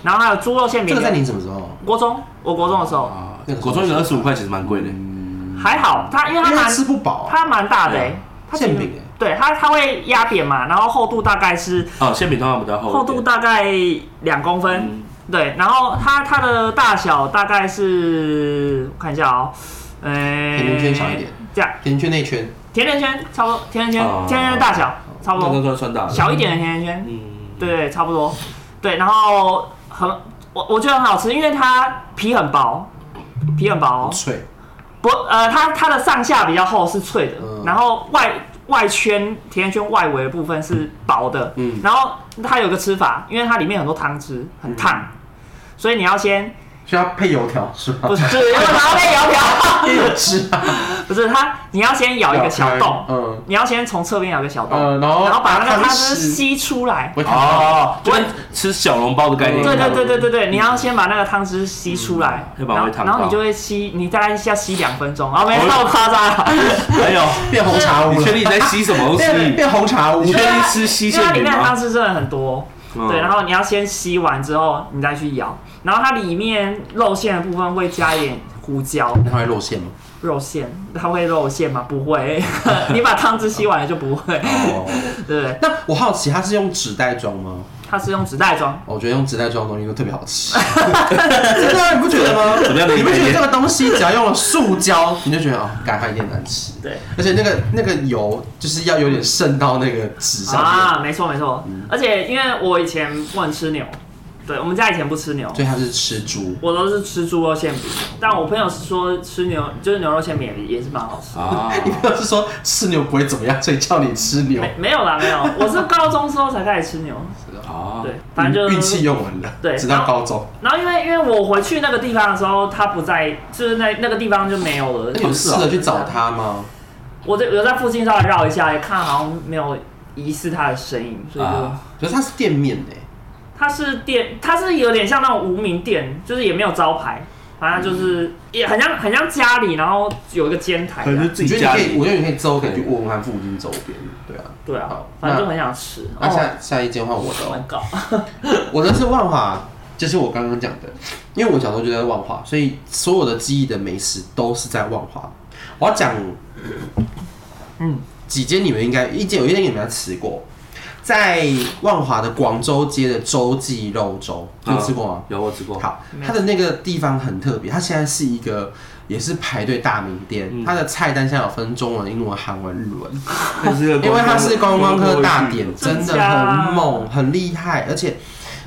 然后还有猪肉馅
这
饼
个。在你什么时候？
国中，我国中的时候
啊，
果中一个二十五块，其实蛮贵的，
还好，它因为
因
它
为他
蛮
吃不饱啊，
它蛮大的、欸
嗯，
它其实
馅饼欸
对它它会压扁嘛，然后厚度大概是
哦，馅饼通常比较厚一点，
厚度大概两公分，
嗯
对，然后它它的大小大概是我看一下哦、呃、
甜甜圈小一点，
这样。
甜圈内圈，
甜甜圈差不多，甜甜圈，
哦
甜甜圈大小差不
那
多，
那算算大的，
小一点的甜甜圈，
嗯，
对对，差不多，对，然后很，我我觉得很好吃，因为它皮很薄，皮很薄
很，脆，
不，呃，它它的上下比较厚，是脆的
嗯，
然后外外圈甜甜圈外围的部分是薄的，
嗯
然后它有个吃法，因为它里面很多汤汁，很烫，所以你要先
需要配油条是吧？
不是，因为它被油 条，
是啊，
不是它，你要先咬一个小洞，
嗯
你要先从侧边咬一个小洞。
嗯，然后
然后把那个
汤
汤汁
匙
吸出来。
不会烫到，
哦，就跟吃小笼包的概念，
对对对对对
嗯
对，你要先把那个汤汁吸出来，
嗯要不
然
然
后
会烫到
然后你就会吸，你大概要吸两分钟，啊，没
哦
那么夸张啊，
还有，
变红茶屋
哎你确定
了，
你在吸什 么东
变
西？
变红茶屋
你，确
对
定
啊
吃吸
因为
馅
它里
饼
面的
吗
汤？汁真的很多，
嗯
对，然后你要先吸完之后，你再去咬，然后它里面肉馅的部分会加一点胡椒
那它会露馅吗？
肉馅，它会肉馅吗？不会， 你把汤汁吸完了就不会，
哦，
对不对？
那我好奇它是用纸袋装吗？哦
它是用纸袋装，
我觉得用纸袋装的东西都特别好吃， 真的你不觉得吗？
怎么样的
你不觉
概
得
念
这个东西只要用了塑胶，你就觉得哦，感它一定很难吃。
对，
而且那个那个油就是要有点渗到那个纸上面。嗯
啊啊，没错没错，而且因为我以前不能吃牛，对我们家以前不吃牛，
所以他是吃猪。
我都是吃猪肉馅饼，但我朋友是说吃牛就是牛肉馅饼也也是蛮好吃的。
啊，
你不要是说吃牛不会怎么样，所以叫你吃牛，
没没有啦，没有，我是高中之后才开始吃 牛，
啊，
对，反正就
哦运气用完了，
对
直到高中。
然后因为因为我回去那个地方的时候，他不在，就是那那个地方就没有了。
那你有
啊
试着去找他吗？
我在我在附近稍微绕一下，看好像没有疑似他的身影，所以就、
啊
可是他是店面呢、
他是店，他是有点像那种无名店，就是也没有招牌，反正就是、也很像很像家里，然后有一个尖台啊
可
这
能是
样。
自
我觉
己
得你
家
可以，
里
我觉得你可以之后可以去问问看附近周边，对啊。
对啊
好，
反正就
那
很想吃。
那
哦
下下一间换我的、
，Oh my
哦，
god！
我的是万华，就是我刚刚讲的，因为我小时候就在万华，所以所有的记忆的美食都是在万华。我要讲，
嗯，
几间你们应该一间有一间你们应该吃过，在万华的广州街的周记肉粥，你有吃过吗？
啊有我吃过，
好
没，有
它的那个地方很特别，它现在是一个也是排队大名店，
嗯
它的菜单现在有分中文、英文、韩文、日文。
但是
因为它是观光客大典，
嗯
真
真的
假
很猛，很厉害，而且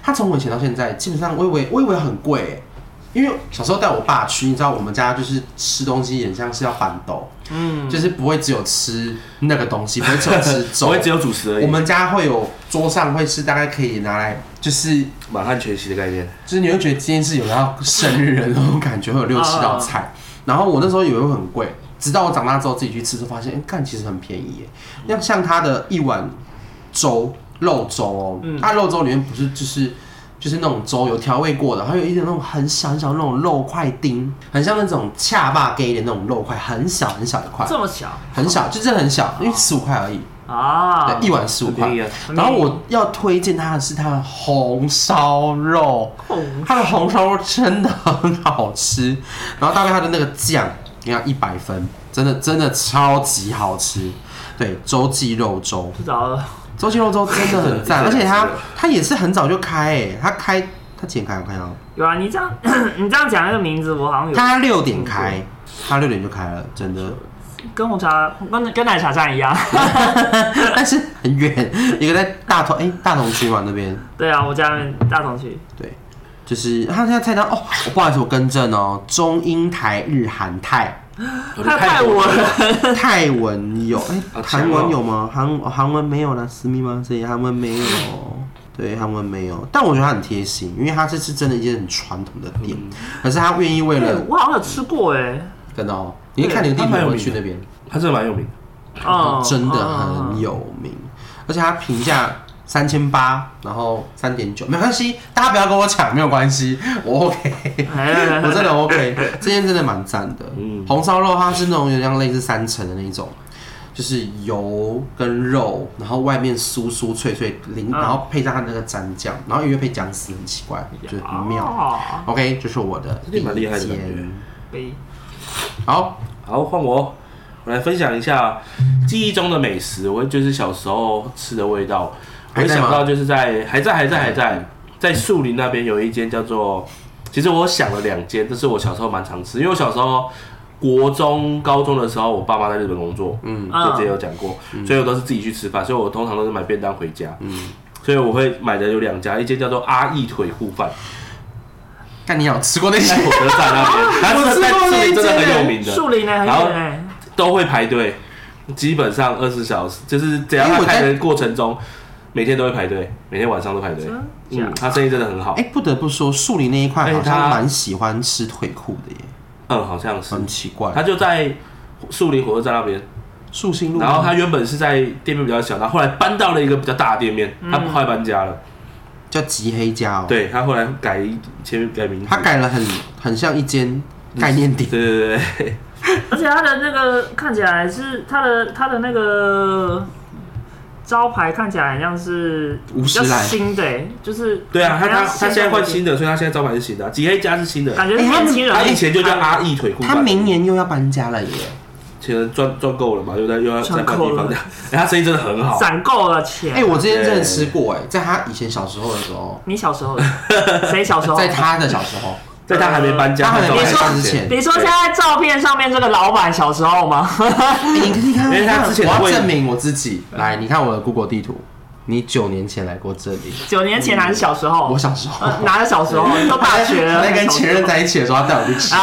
它从我以前到现在，基本上我以为我以为很贵、欸，因为小时候带我爸去，你知道我们家就是吃东西，很像是要反斗，
嗯，
就是不会只有吃那个东西，不会只有吃
所
粥
谓，只有主食而已，
我们家会有桌上会是大概可以拿来，就是
满汉全席的概念，
就是你会觉得今天是有人要生日的那种感觉，会有六七道
嗯
菜。然后我那时候以为会很贵，直到我长大之后自己去吃，就发现，哎、干其实很便宜耶。
嗯
那像它的一碗粥肉粥哦，
嗯
它肉粥里面不是就是就是那种粥有调味过的，还有一点那种很小很小的那种肉块丁，很像那种恰霸给的那种肉块，很小很小一块，
这么小
很小，就真的很小，因为十五块而已，
啊
对，一，碗十五
哦很
块
便宜。啊，
然后我要推荐它的是它的红烧肉。
哦
它的红烧肉真的很好吃，然后搭配它的那个酱，你看一百分，真的真的超级好吃。对，周记肉粥，
不着了，
周记肉粥真的很赞，
真的
而且它
真的
它也是很早就开诶、它开它几点开？我看一下哦，
有啊，你这样 你这样讲那个名字，我好像有
它六点开，它六点就开了，真的，
跟红茶跟跟奶茶站一样。
但是很远，一个在大同诶、大同区嘛那边，
对啊，我家那边大同区
对，就是它现在菜单哦，我不好意思，我更正哦，中英台日韩泰。
有
他
的
太我
啊
了，
泰文有，哎、
好强哦
韩文有吗？韩韩文没有啦，私密吗？所以韩文没有。对，韩文没有，但我觉得他很贴心，因为他这是真的一间很传统的店，可是他愿意为
哎
了
我好像有吃过哎，
真的哦，你一看你的地
他蛮
图
有
会
名
去
的
那边，
他真的蛮有名的，
哦，
真的
嗯
很有名，而且他评价三千八，然后三点九，没关系，大家不要跟我抢，没有关系，我 OK。
哎
我真的 OK，这 间真的蛮赞的。
嗯
红烧肉它是那种有点像类似三层的那种，就是油跟肉，然后外面酥酥脆脆淋，
嗯
然后配上它那个蘸酱，然后因为配姜丝很奇怪，就是很妙。
哦
OK，这是我的第
这间
一
蛮厉害的感
间
觉。
被
好，
好，换我，我来分享一下记忆中的美食，我就是小时候吃的味道。
还
我会
在吗
想到就是在还在还在还在在树林那边有一间叫做，其实我想了两间，这是我小时候蛮常吃，因为我小时候国中高中的时候，我爸妈在日本工作，
嗯
就之前有讲过，所以我都是自己去吃饭，所以我通常都是买便当回家，
嗯
所以我会买的有两家，一间叫做阿义腿护饭，
看你有吃过那些
在，火车站那 边，然后这个在树林真的欸很有名的，
树林呢很
然后
远哎，
都会排队，基本上二十小时，就是只要
因为
他
我在
开的过程中，每天都会排队，每天晚上都排队
真。假
嗯，他生意真的很好
哎、。不得不说，树林那一块好
哎
像
它
蛮喜欢吃腿裤的耶，
嗯，好像是，
很奇怪。
他就在树林火车站那边，
树新路吗，
然后他原本是在店面比较小，然后后来搬到了一个比较大的店面，他快搬家了。
叫吉黑家哦，，
对他后来改前改名字，
他改了很很像一间概念店
嗯对。对对对，
而且它的那个看起来是它的它的那个招牌看起来很像是比较
五十来
新的哎，就是
对啊，他他
很像
他现在换
的
新的，所以他现在招牌是新的啊，吉黑家是新的，
感觉是
哎他们
年轻人，欸
他以前就叫阿义腿裤吧。
他明年又要搬家了耶！
钱赚赚够了嘛，又在又要再换地
赚够
方
了
这样，哎，他生意真的很好。
攒够了钱。
哎、我之前真的吃过哎，在他以前小时候的时候，
你小时候的 谁小时候？
在他的小时候，
在他还没搬家，
他还没
他
搬
照
家
搬
之
家
前，
你说现在照片上面这个老板小时候吗？
哎你看，你看，
因为他之前
我
的
要
位置
证明我自己。来，你看我的 Google 地图，你九年前来过这里，
九年前还是小时候？
我小时候
呃，哪有小时 候？都大学了，
在跟前任在一起的时哎候，他带我去吃。
啊！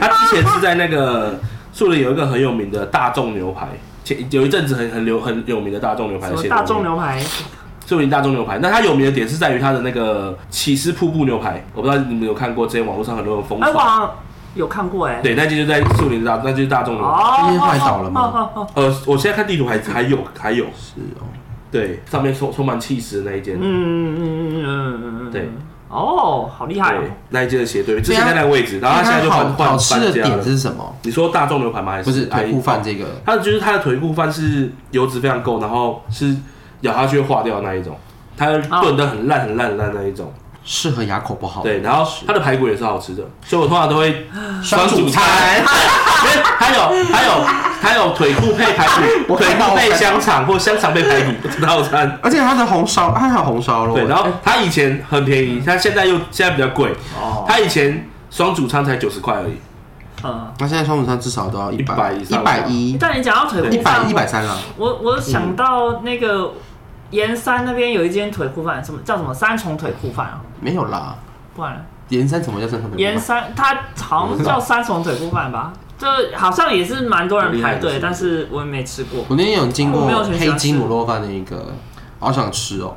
他之前是在那个树林有一个很有名的大众牛排，前有一阵子很很流很有名的大众牛排
什
的
么
线
大众牛排？
树林大众牛排，那它有名的点是在于它的那个起司瀑布牛排，我不知道你们有看过，之前网络上很多人疯
哎，我
传。
好像有看过哎。
对，那间就在树林大，那就是大众牛排。
哦，
今天坏倒了吗
哦哦哦哦
呃，我现在看地图还还有还有，
是哦，
对，上面充充满气势的那一间，
嗯嗯嗯嗯嗯嗯嗯。
对。
哦，好厉害哦！
对，那一间的斜对面，之
对啊
前在那个位置， 然后他现在就
那好
换
哎好
换
吃的
搬家
点
了。
是什么？
你说大众牛排吗？还
不是
还
排骨饭这个，
它就是它的腿骨饭是油脂非常够，然后是咬下去会化掉的那一种，它炖的很烂很烂很烂那一种。
适合牙口不好。
对，，然后它的排骨也是好吃的，所以我通常都会 双主餐。因为还有还有还有腿骨配排骨，
我
腿
看到
骨配
我看到
香肠或香肠配排骨套餐。
而且它的红烧，它还有红烧肉。
对，然后它以前很便宜，它现在又现在比较贵。
嗯哦，
它以前双主餐才九十块而已，
嗯，
那现在双主餐至少都要一百
100以
一
上
百一、
但你讲到腿
一
骨
百
饭，
一百三了。啊
我我想到那个盐山那边有一间腿裤饭，什么叫什么三重腿裤饭啊？
没有啦，
不然
盐山怎么叫正常的？
盐山它好像叫三重腿裤饭吧，就好像也是蛮多人排队，但是我也没吃过。
我那天有经过
我没有很喜
黑
欢吃
金卤肉饭的一个，好想吃 哦。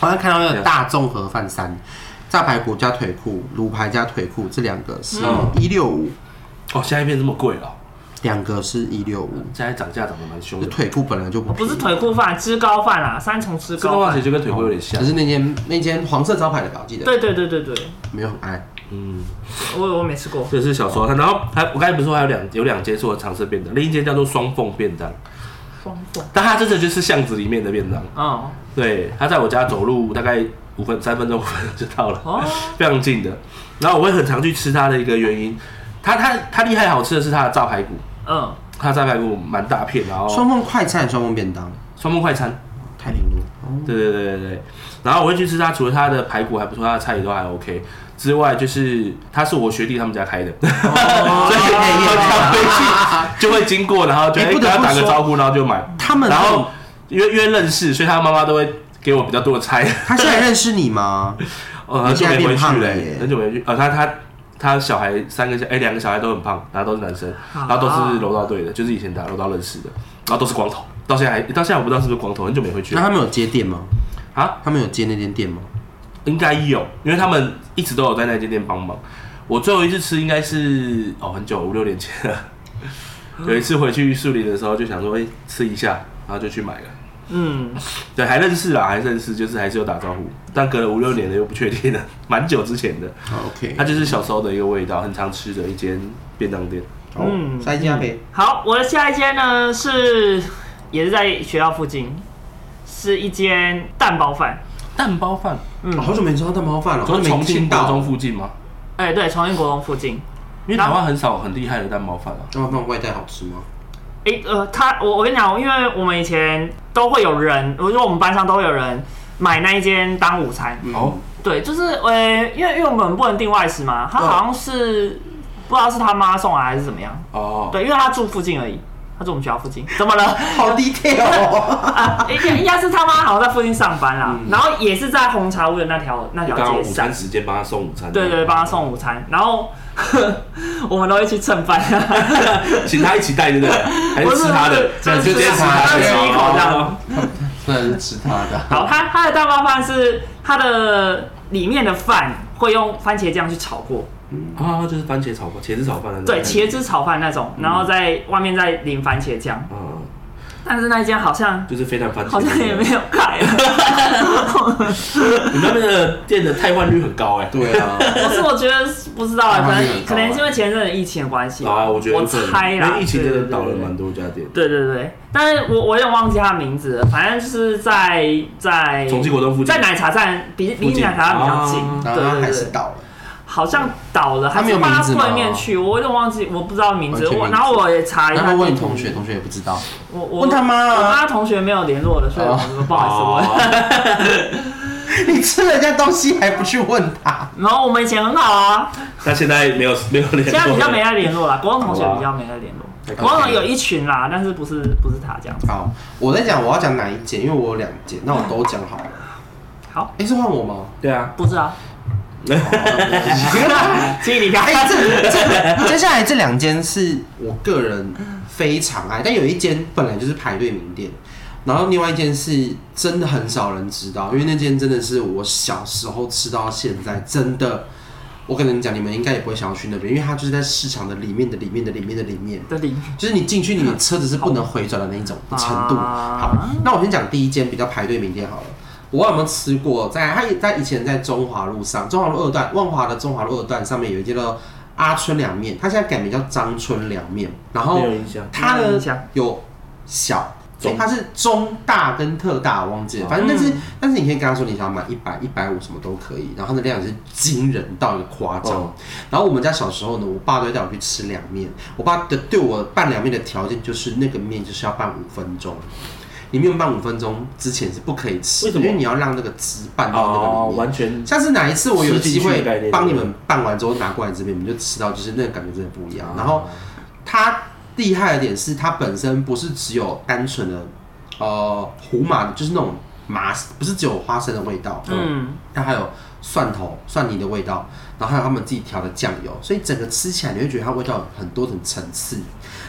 我刚才看到那个大综合饭三，炸排骨加腿裤，卤排加腿裤，这两个是
嗯
一六五，
哦，现在变这么贵了，
两个是一六五。
现在涨价涨得蛮凶
这
的。
腿裤本来就不
不是
便宜，
腿裤饭，吃高饭啊，三重吃
这个
高
话
饭
题。就跟腿骨有点像
可。是那间那间黄色招牌的吧，我记得
对对对对对，
没有很爱。
嗯，
我我没吃过。
这是小时
哦
候看，然后还我刚才不是说还有两有两间是我常吃的便当，另一间叫做双凤便当，
双凤。
但它真的就是巷子里面的便当。
哦
对，它在我家走路大概五分三分钟五分钟就到了，
哦，
非常近的。然后我会很常去吃它的一个原因，它它它厉害好吃的是它的炸排骨，
嗯，
它的炸排骨蛮大片，然后
哦
双凤快餐，双凤便当，
双凤快餐，
太平路。哦
对对对对对。然后我会去吃它，除了它的排骨还不错，它的菜也都还 OK 之外，就是它是我学弟他们家开的，所以 我常回去就会经过，然后就
哎
哎
不
跟
得
他
不
打个
说
招呼，然后就买。
他们
然后因为因为认识，所以他妈妈都会给我比较多 的菜。
他现在认识你 吗？
呃，
你
很久
现在
没回
变胖
去
了
了
耶，
很久没去。呃，他他他小孩三个小，哎，两个小孩都很胖，然后都是男生，
啊
然后都是柔道队的，就是以前打柔道认识的，然后都是光头，到现在还到现在我不知道是不是光头，很久没回去
那
了
他们有接店吗？
啊。
他们有接那间店吗？
应该有，因为他们一直都有在那间店帮忙。我最后一次吃应该是哦很久五六年前了，有一次回去树林的时候就想说，哎、吃一下，然后就去买了。
嗯，
对，还认识啦，还认识，就是还是有打招呼，但隔了五六年了又不确定了，蛮久之前的。
好，OK，
它就是小时候的一个味道，很常吃的一间便当店。
好
嗯
下一家呗。
好，我的下一间呢是也是在学校附近，是一间蛋包饭。
蛋包饭，
嗯
哦好久没吃到蛋包饭了，好久
从
没
重
听
庆国
到。
中附近吗？
哎、对，重庆国中附近。
因为台湾很少很厉害的蛋包饭啊。
蛋包饭外带好吃吗？
哎、呃，他我我跟你讲，因为我们以前都会有人，我说我们班上都会有人买那一间当午餐。
嗯
哦，
对，就是呃，因为因为我们不能订外食嘛，他
对
好像是不知道是他妈送来还是怎么样。
哦，
对，因为他住附近而已，他住我们学校附近。怎么了？
好 detail 哦。
啊， 应该应该是他妈好像在附近上班啦，然后也是在红茶屋的那条那条
嗯刚刚
街
午
上
餐。时间帮他送午餐，
对对，帮他送午餐，然后 我们都一起蹭饭，
请他一起带，对不对？还是吃他的？
就
就直接吃他的
吃一口这样。
虽然是吃他的，啊
好，它它的蛋包饭是它的里面的饭会用番茄酱去炒过，
啊，就是番茄炒饭、茄子炒饭的。
对，茄。子炒饭那种，然后在外面再淋番茄酱，
嗯，
但是那一间好像
就是非常番茄。
好像也没有 开，
你们那边的店的汰换率很高哎。
对 啊，
可是我觉得是不知道啊，可
那很
能
糟
可能是因为前阵子疫情的关系吧
啊，我觉得
我
有可能
猜啦
因，为疫情
对
真
对
的
对
倒了
对对
蛮多家店。
对对对，但是我我有点忘记他名字了，反正就是在在
重庆国中附近
在奶茶站比
附
离
近
奶茶站比较近，
然后他
对对
哦啊还
对
是
对，
倒了。
好像倒了，
他
还
没
是
有
搬
名字
到
吗
对面去，我有点忘记，我不知道名字，
完全
我
名字
然后我也查一
然
下，
后问你同学，，同学也不知道。
我我
问他妈啊
我妈同学没有联络的，所以我
哦
不好意思问。
你吃人家东西还不去问他？
然后我们以前很好 啊，
他现在没有没有联络，
现在比较没在联络啦，啊国中同学比较没在联络。
OK
国中有一群啦，但是不是不是他这样子。
好，我在讲我要讲哪一件，因为我有两件，那我都讲好了。
好，
哎、是换我吗？哦
对啊，
不是啊，
哎、
其实你刚
这这接下来这两间是我个人非常爱，但有一间本来就是排队名店，然后另外一间是真的很少人知道，因为那间真的是我小时候吃到现在，真的，我跟你们讲，你们应该也不会想要去那边，因为它就是在市场的里面的里面的里面的里面，
的零
就是你进去，你
嗯
车子是不能回转的那一种程度。好，那我先讲第一间比较排队名店好了。我忘了有没有吃过，在它在以前在中华路上，中华路二段，万华的中华路二段上面有一间叫做阿春凉面，它现在改名叫张春凉面。然后
没有影响。
它
没有
呢
印象
有小，
中
诶它是中大跟特大，我忘记了。反正
哦
但是、但是你可以跟他说你想买一百、一百五什么都可以，然后它的量也是惊人到一个夸张。
哦
然后我们家小时候呢，我爸都会带我去吃凉面。我爸的对我拌凉面的条件就是那个面就是要拌五分钟，你没有拌五分钟之前是不可以吃，
为什么
因为你要让那个汁拌到那个里面。
哦，完全
下次哪一次我有机
吃进去的概
会
念
帮你们办完之后拿过来这边，你们就吃到，就是那个感觉真的不一样。然后
哦
它厉害的点是，它本身不是只有单纯的呃胡麻，就是那种麻，不是只有花生的味道，
嗯，
它还有蒜头、蒜泥的味道，然后还有他们自己调的酱油，所以整个吃起来你会觉得它味道很多种层次。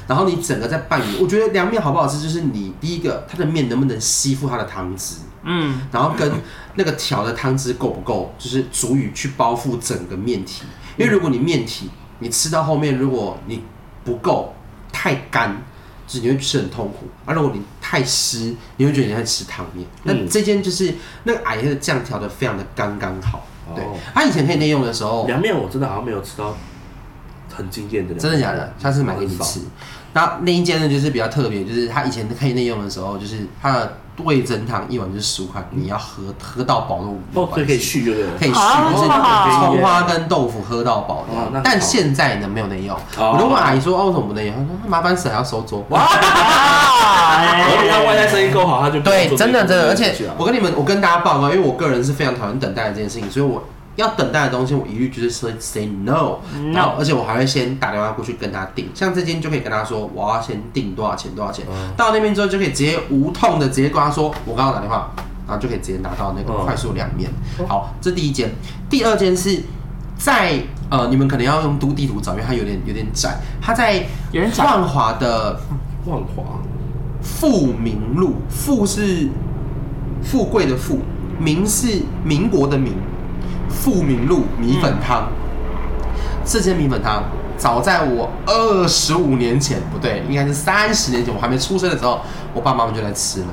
然后你整个在拌匀，我觉得凉面好不好吃，就是你第一个它的面能不能吸附它的汤汁，
嗯，
然后跟那个调的汤汁够不够，就是足以去包覆整个面体。因为如果你面体你吃到后面，如果你不够太干，就是你会吃很痛苦；而、如果你太湿，你会觉得你在吃汤面。那
嗯
这间就是那个矮的酱调的非常的刚刚好。对啊
哦，
它、以前可以内用的时候，
凉面我真的好像没有吃到很惊艳的凉面，
真的假的？下次买给你
很
吃
少。。
那那一间呢，就是比较特别，就是它以前可以内用的时候，就是它的味增汤一碗就是十五块，你要喝喝到饱都无
哦，
关
所以可以
系
续就对了
可。以续，
啊
就是
好
葱花跟豆腐喝到饱
哦那
的
很。
但
好
现在呢，没有内用。
哦
我就问阿姨说：“哦，为什么不内用？”她说：“麻烦死，还要收桌。”哇，
我比他外在生意够好，他就不用
对，
做
真的
这
真的，
个
而
东西
且
啊
我跟你们，我跟大家报告，因为我个人是非常讨厌等待的这件事情，所以我要等待的东西，我一律就是 say say no，
No
然后而且我还会先打电话过去跟他订，像这间就可以跟他说我要先订多少钱多少钱，
嗯
到那边之后就可以直接无痛的直接跟他说我刚刚打电话，然后就可以直接拿到那个
嗯
快速凉面。
哦
好，这第一间，第二间是在呃，你们可能要用都地图找，因为它有点有点窄，它在
有点窄
万华的
万华
富民路，富是富贵的富，民是民国的民。富民路米粉汤，这间米粉汤早在我二十五年前，不对，应该是三十年前，我还没出生的时候，我爸妈妈就来吃了。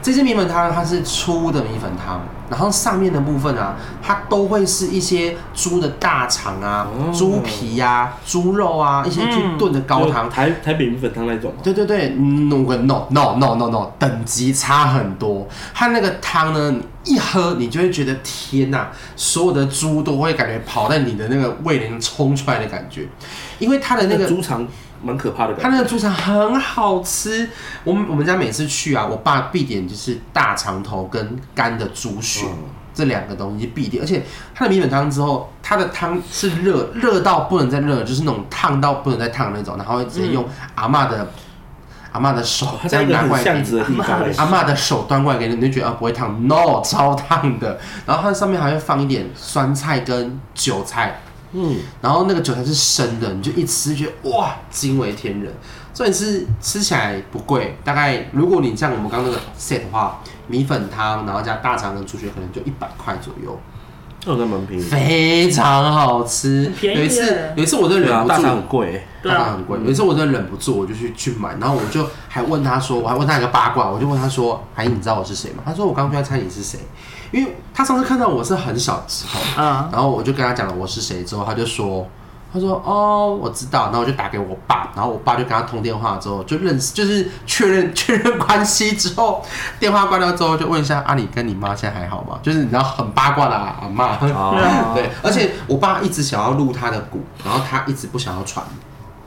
这间米粉汤它是粗的米粉汤，然后上面的部分啊，它都会是一些猪的大肠啊、
哦
猪皮呀、猪肉啊，一些去
嗯
炖的高汤
就，台台北米粉汤那种嘛，
对对对，no no no no no no，等级差很多。它那个汤呢，你一喝你就会觉得天呐，所有的猪都会感觉跑在你的那个胃里面冲出来的感觉，因为它的那
那
个
个猪肠蛮可怕的
它
感觉。
那个猪肠很好吃。我们我们家每次去啊，我爸必点就是大肠头跟干的猪血。
嗯
这两个东西必点，而且它的米粉汤之后，它的汤是热热到不能再热，就是那种烫到不能再烫那种，然后会直接用阿嬷的、阿嬷的手
嗯哦它
这
在一
样拿
个
过来
很巷
给你
子的地方，
阿嬷的手端过来给你，你就觉得啊不会烫，no 超烫的。然后它上面还会放一点酸菜跟韭菜，
嗯，
然后那个韭菜是生的，你就一吃就觉得哇惊为天人。重点是吃起来不贵，大概如果你像我们刚刚那个 set 的话，米粉汤然后加大肠跟猪血，可能就一百块左右，
那我在蛮便宜的。
非常好吃。
便宜耶
有一次有一次我就
对
忍
啊，
不
大
住，
肠很贵欸，
对
大肠
啊，
很贵。有一次我真的忍不住，我就去去买，然后我就还问他说，我还问他一个八卦，我就问他说，哎，你知道我是谁吗？他说我刚刚就在猜你是谁，因为他上次看到我是很小的时候，
嗯，
然后我就跟他讲了我是谁之后，他就说，他说哦我知道，然后我就打给我爸，然后我爸就跟他通电话之后就认识，就是确认 确认关系之后，电话挂掉之后就问一下啊你跟你妈现在还好吗？就是你知道很八卦的阿妈，
哦
对，而且我爸一直想要录他的鼓，然后他一直不想要传，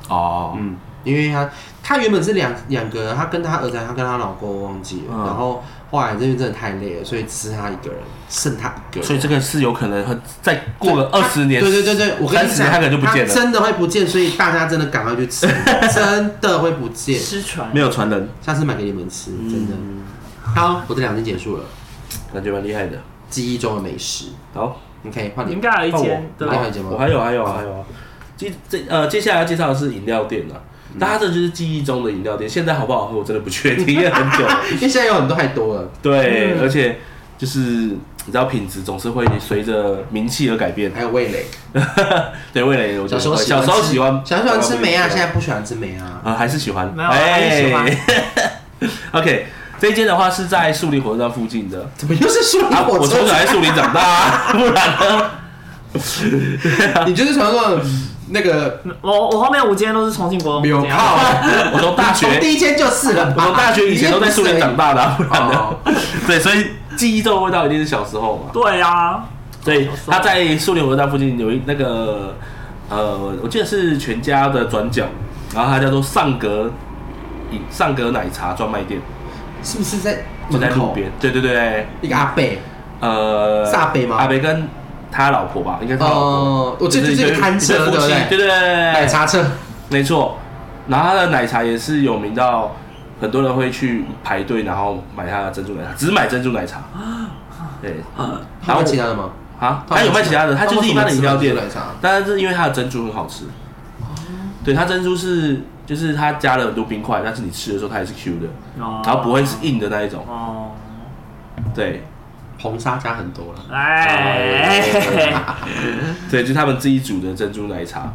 哦，
嗯嗯，因为他她原本是两两个人，她跟她儿子，她跟她老公，我忘记了。
嗯
然后后来这边真的太累了，所以只剩她一个人，剩她一个人。
所以这个是有可能很再过个二十年，
对对对对，我跟你
30年
讲，
他可能就不见了
她真的会不见，所以大家真的赶快去 吃，真的会不见。
失传
没有传人，
下次买给你们吃，真的。
嗯
好，我的两天结束了，
感觉蛮厉害的。
记忆中的美食。
好，
OK，换
应
你。
该还有一间，
换
对
我
吧
好？节目
我还有还有还有啊，接这呃接下来要介绍的是饮料店了。大家这就是记忆中的饮料店，现在好不好喝我真的不确定，因为很久了。
因为现在有很多太多了，
对，
嗯
而且就是你知道品质总是会随着名气而改变。
还有味蕾。
对，味蕾我
小
觉得
时候
会
喜
小
欢
时候
吃
喜欢，
小时候喜欢吃梅啊，
小
现
时候
在不喜欢吃梅啊。
啊还是喜欢，
没有还是喜欢
哎 OK，这一间的话是在树林火车站附近的，
怎么又是树林
啊，我
火
从
车
小在树林长大、 啊，不然呢？
你就是传说的那个
我我后面五间都是重庆国中
纽
这样。
靠，
我从大
从
学，
第一天就是了啊
我
吧。
从大学以前都在树林长大的、啊，不然呢？
哦，
对，所以记忆这种味道一定是小时候嘛。
对啊，
所以他在树林火车站附近有一那个呃，我记得是全家的转角，然后它叫做上格饮上格奶茶专卖店，
是不是在
就在
门
路
口
边。对对对，
一个阿贝？
呃，
是阿北吗
阿北跟他老婆吧，应该是他老婆。
哦，我记得就是
一
一个摊车，
一
对
夫
不
妻对
对？
对对，
奶
奶，
茶车，
没错。然后他的奶茶也是有名到很多人会去排队，然后买他的珍珠奶茶，只买珍珠奶茶。
啊
对，
还有其他的吗？
啊，他有卖其他的，他就是一般的饮料店
他为什么只卖珍珠奶茶
但是因为它的珍珠很好吃，对，它珍珠是就是它加了很多冰块，但是你吃的时候它也是 Q 的， 然
然
后不会是硬的那一种。
哦，
对，
红沙加很多了。
哎，
对，就是他们自己煮的珍珠奶茶。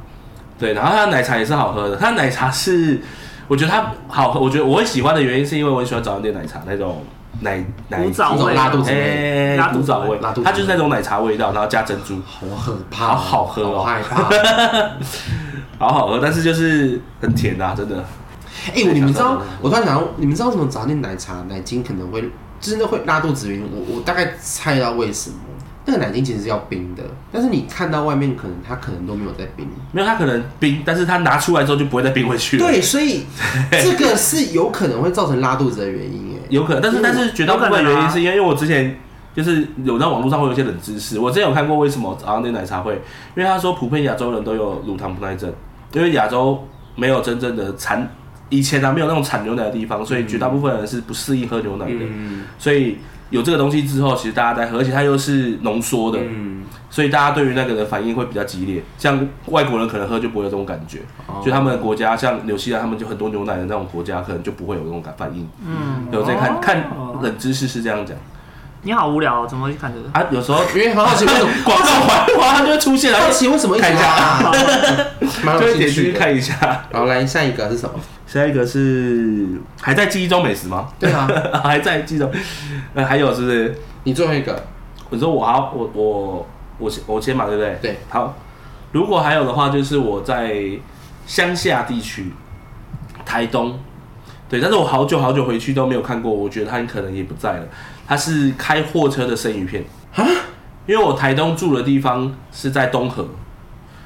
对，然后它的奶茶也是好喝的，它的奶茶是我觉得它好喝，我觉得我会喜欢的原因是因为我很喜欢早餐店奶茶那种奶奶
古早
那种
味
拉肚子
啊哎
拉肚
古
子
早味
拉肚，子
它就是那种奶茶味道，然后加珍珠，
好可怕哦，
好好喝哦
好害怕。
好好喝，但是就是很甜啊，真的。
哎，你们知道，我突然想到，你们知道为什么早点奶茶奶精可能会真的会拉肚子原因？我我大概猜到为什么。那个奶精其实是要冰的，但是你看到外面可能它可能都没有在冰。
没有，它可能冰，但是它拿出来之后就不会再冰回去了。
对，所以这个是有可能会造成拉肚子的原因哎。
有可能，但是但是绝大部分
有可能啊
原因是因为因为我之前就是有在网络上会有一些冷知识，我之前有看过为什么早上店奶茶会，因为他说普遍亚洲人都有乳糖不耐症，因为亚洲没有真正的产以前啊没有那种产牛奶的地方，所以绝大部分人是不适应喝牛奶的，
嗯
所以有这个东西之后，其实大家在喝，而且它又是浓缩的，
嗯，
所以大家对于那个的反应会比较激烈，像外国人可能喝就不会有这种感觉，就他们的国家像纽西兰，他们就很多牛奶的那种国家，可能就不会有这种感反应。
嗯
有在看看
哦
冷知识是这样讲
你好无聊哦，怎么会看这个？
啊，有时候
因为很 好奇 为什么，
广告环环它就会出现，然
好
后
奇为什么一直拉， 蛮
就
有
会
兴
点进去
趣的。
看一下。
好，来下一个是什么？
下一个是还在记忆中美食吗？
对啊，
还在记忆中，呃，还有是不是？
你最后一个，
你说我好，我我我先我先嘛，对不对？
对，
好。如果还有的话，就是我在乡下地区，台东，对，但是我好久好久回去都没有看过，我觉得它可能也不在了。它是开货车的生鱼片因为我台东住的地方是在东河，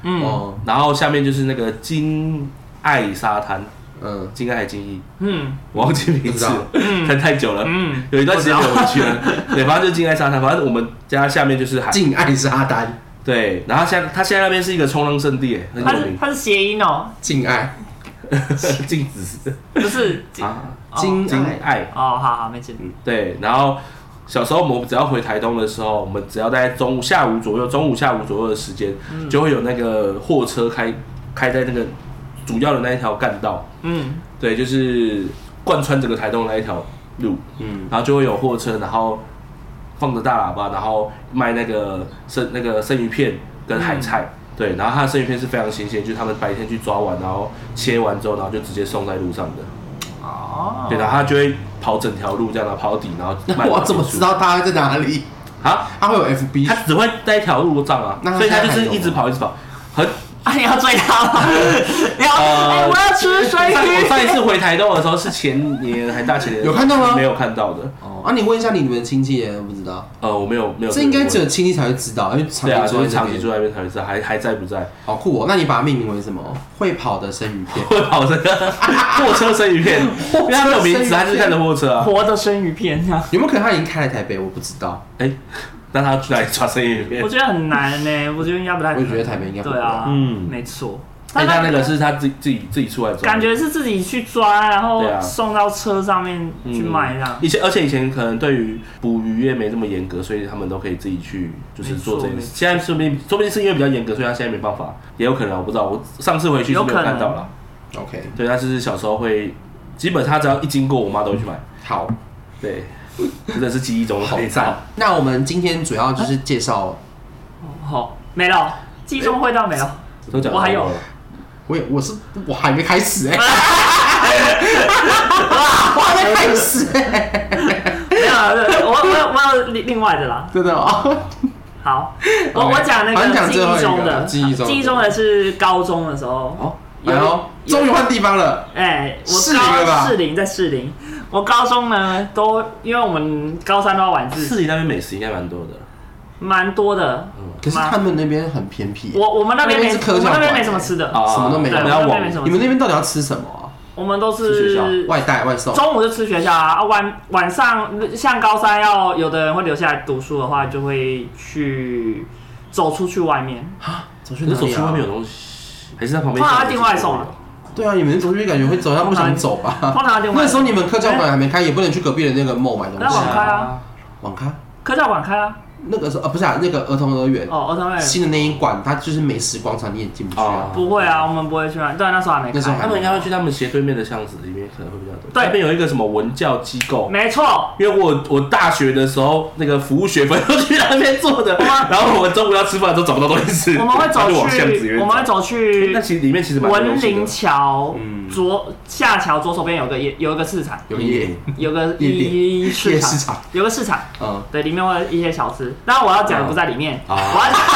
嗯
哦，
然后下面就是那个金爱沙滩，
嗯，
金爱还金义，
嗯
我忘记名字了，太太久了，
嗯，
有一段时间没有回去了。对，反正就是金爱沙滩，反正我们家下面就是海，
敬爱沙丹，
对，然后现在他现在那边是一个冲浪圣地，很
它
有
是
名，
它是谐音哦，
敬爱，
镜子
不是
啊，嗯
哦
金
金
爱
爱，
哦，好好没事，
对，然后小时候我们只要回台东的时候，我们只要在中午下午左右，中午下午左右的时间，就会有那个货车开开在那个主要的那一条干道，
嗯
对，就是贯穿整个台东的那一条路，
嗯，
然后就会有货车，然后放着大喇叭，然后卖那个生那个生鱼片跟海菜。
嗯
对，然后它的生鱼片是非常新鲜，就是他们白天去抓完，然后切完之后，然后就直接送在路上的。
哦，
对，然后他就会跑整条路，这样然后跑到底，然后
那
卖
我怎么知道他在哪里？
啊？
他会有 FB，
他只会在一条路上啊
那，他
所以他就
现在还
是
有吗
一直跑，一直跑，很
啊，你要追他吗？ 你要
呃
哎、我要吃水
上我上一
鱼。
次回台东的时候是前年还大前年的时候，
有看到吗
没有看到的。
哦，啊，你问一下你们亲戚耶，不知道，
呃，我没有没有。
这应该只有亲戚才会知道，因为长
对啊，
期
就
住
是
在
长
那
期
边
住在那边才知道还还在不在。
好酷哦！那你把它命名为什么？会跑的生鱼片。
会跑这 个货车生鱼片，因为它没有名字，它就是看着货车啊。
活的生鱼片这样，
有没有可能他已经开来台北？我不知道。
哎，那他去哪里抓生鱼片
我？觉得很难呢、 我觉得应该不太可
我
能。
也觉得台北应该不会
对啊，
嗯
嗯，没错。
哎，他那个是他自己自己自己出来抓的，
感觉是自己去抓，然后
对啊
送到车上面去啊卖这样
嗯。以前而且以前可能对于捕鱼业没这么严格，所以他们都可以自己去就是做这件
没
事
错。
现在说不定说不定是因为比较严格，所以他现在没办法，也有可能啊我不知道。我上次回去是没有
有可能
看到了，
OK，
对，但是小时候会，基本他只要一经过，我妈都会去买。
好，
对，真的是记忆中的
好啊
肥皂
赞。。那我们今天主要就是介绍，
好、没了，集中会到没了。
嗯
都讲
我还有
过了
我也我是我还没开始 哎，我还没开 始哎，
没有，啊我我我有另另外的啦。
真的哦。
好，我
OK，
我讲那
好你
个
讲
记
最后
忆
一
中
个
的，
记忆中的
记忆中的是高中的时候。
哦
好，
有
然后
有
哦终于换地方了，
哎、我
士林了吧
高士林在士林，我高中呢都因为我们高三都要晚自习，
市里那边美食应该蛮多的，
蛮多的。
可是他们那边很偏僻，欸
我我们那边
那边是
没
科
我们
教
那
馆欸
边没什么吃的，
啊
什么都没有
对，我
不
们
要
那
往
边没什么
你
吃
们那边到底要吃什么啊？
我们都
吃学
是
外带外送？
中午就吃学校啊，啊晚晚上呃像高三要有的人会留下来读书的话，就会去走出去外面。
走去
可是
哪
走
里
出外面有
啊？
东西，还是在旁边？
通常他订外送啊
对啊，你们走出去感觉会走到不想走吧？
通常就
那时候你们科教馆还没开，也不能去隔壁的那个 mall 买东
那
哎
西
网
啊。
开啊，
网咖
科教馆开啊，
那个时候啊，不是啊，那个儿童乐园
哦，儿童乐园
新的那一馆，它就是美食广场，你也进不去啊。
哦
不会啊，我们不会去啊，对，那时候还没
那时候
开
还
他，们应该会去他们斜对面的巷子里面，可能会比较多。
对
那边有一个什么文教机构，
没错，
因为我我大学的时候那个服务学分都去那边做的，
哇
然后我们中午要吃饭都找不到东西吃，
我们会走
然后就往巷子里
去，
面
我们会走
哎
去
那其实里面其实蛮多东
文
西的
林桥
嗯
左下桥左手边有个夜有一个市场，
有夜
有个
夜店
一
夜
市
市
场
场，
有个市场，
嗯，
对，里面会有一些小吃。但我要讲的不在里面，
啊
我要讲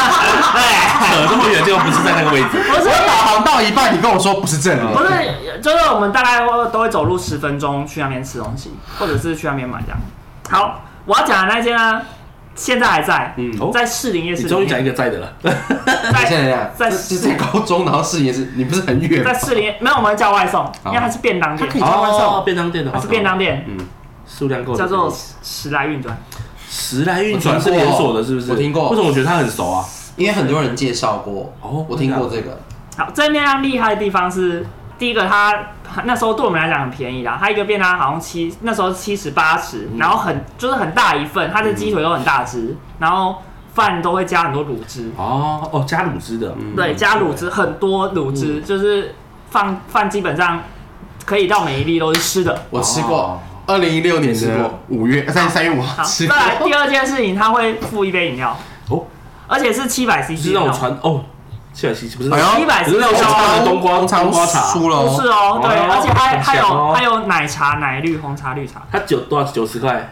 对，
扯这么远就不是在那个位 置，
不是
我导航到一半，你跟我说不是这里，
不是，哦就是我们大概会都会走路十分钟去那边吃东西，或者是去那边买这样。好，我要讲的那间呢，现在还在，
嗯
哦
在士林夜市
你
里
终于讲
面，
一个在的了，
等一下等一下，
在
这这在高中，然后事业是，你不是很远吗
在？士林，没有我们叫外送，因为它是便当
它可以
店，
叫外送
哦便当店的话
它是便，当店，
嗯，
数量够的
叫做时来运转。
时来运转是连锁的，是不是？
我听过
为什么我觉得他很熟啊？
因为很多人介绍过，
哦
我听过这
啊
个，
好，这便当厉害的地方是，第一个它那时候对我们来讲很便宜啦，它一个便当好像七那时候七十八十，然后很就是很大一份，它的鸡腿都很大只，然后饭都会加很多卤汁，
哦哦，加卤汁的，
嗯
对，加卤汁很多卤汁，
嗯
就是放饭基本上可以到每一粒都是湿的。
我吃过
哦，
二零一六年
吃
的
过
五月啊三三月五号
好，
吃
再
过，
来第二件事情，它会附一杯饮料，
哦，
而且是七百
就是
CC
那
的
种
那种。
传哦，七百七不是
哎呦
不是那种小
茶
罐的冬瓜
红茶
冬瓜茶，
输了
哦不是
哦，
哦，对，
哦
而且还
很
还
香哦
有还有奶茶、奶绿、红茶、绿茶。
它九多少？九十
哦
块，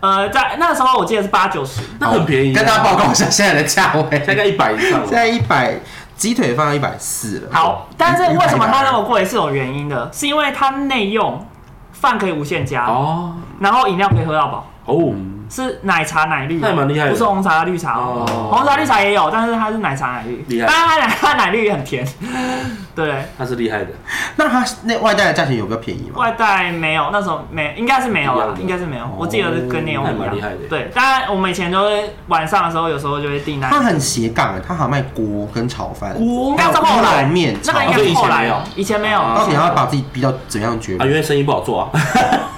呃，在那时候我记得是八九十，
那很便宜啊。
跟大家报告一下现在的价位，
大概一百以上了
现。在一百鸡腿放到一百四了。
好，但是为什么它那
么
么贵是有原因的，是因为它内用饭可以无限加，
哦
然后饮料可以喝到饱，
哦，
嗯
是奶茶奶绿哦，
那也蛮厉害的
不是红茶绿茶哦，
哦
红茶绿茶也有，但是它是奶茶奶绿，
厉害
但是它奶它奶绿也很甜， 对，
他是厉害的，
那它那外带的价钱有比较便宜吗？
外带没有，那时候没，应该是没有
一样
啦，
的哦
应该是没有，我记得是跟内容
那也
一
蛮
样
厉害的，
对，当然我们以前都会晚上的时候，有时候就会订奶
它很斜杠哎，它好像卖锅跟炒饭，
锅应该
还
是
有
后来
乌龙面，
那个
炒
应该
哦所以以
是
前
后来
没有
的，以前没有，
啊
到底要把自己逼到怎样绝
啊，
望？
因为生意不好做啊，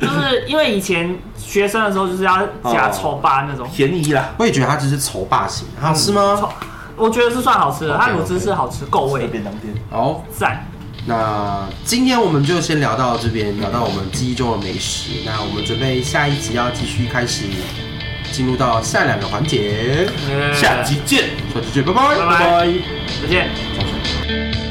就是因为以前学生的时候就是要加抽吧那种，
便宜啦，
我也觉得它就是丑霸型，
嗯
啊是吗？
抽我觉得是算好吃的，它
OK，OK
卤汁是好吃，够味，
便当店。
好，
赞。
那今天我们就先聊到这边，聊到我们记忆中的美食。那我们准备下一集要继续开始进入到下两个环节，
下集见，
下期见，拜拜
拜
拜拜。
再见。
拜拜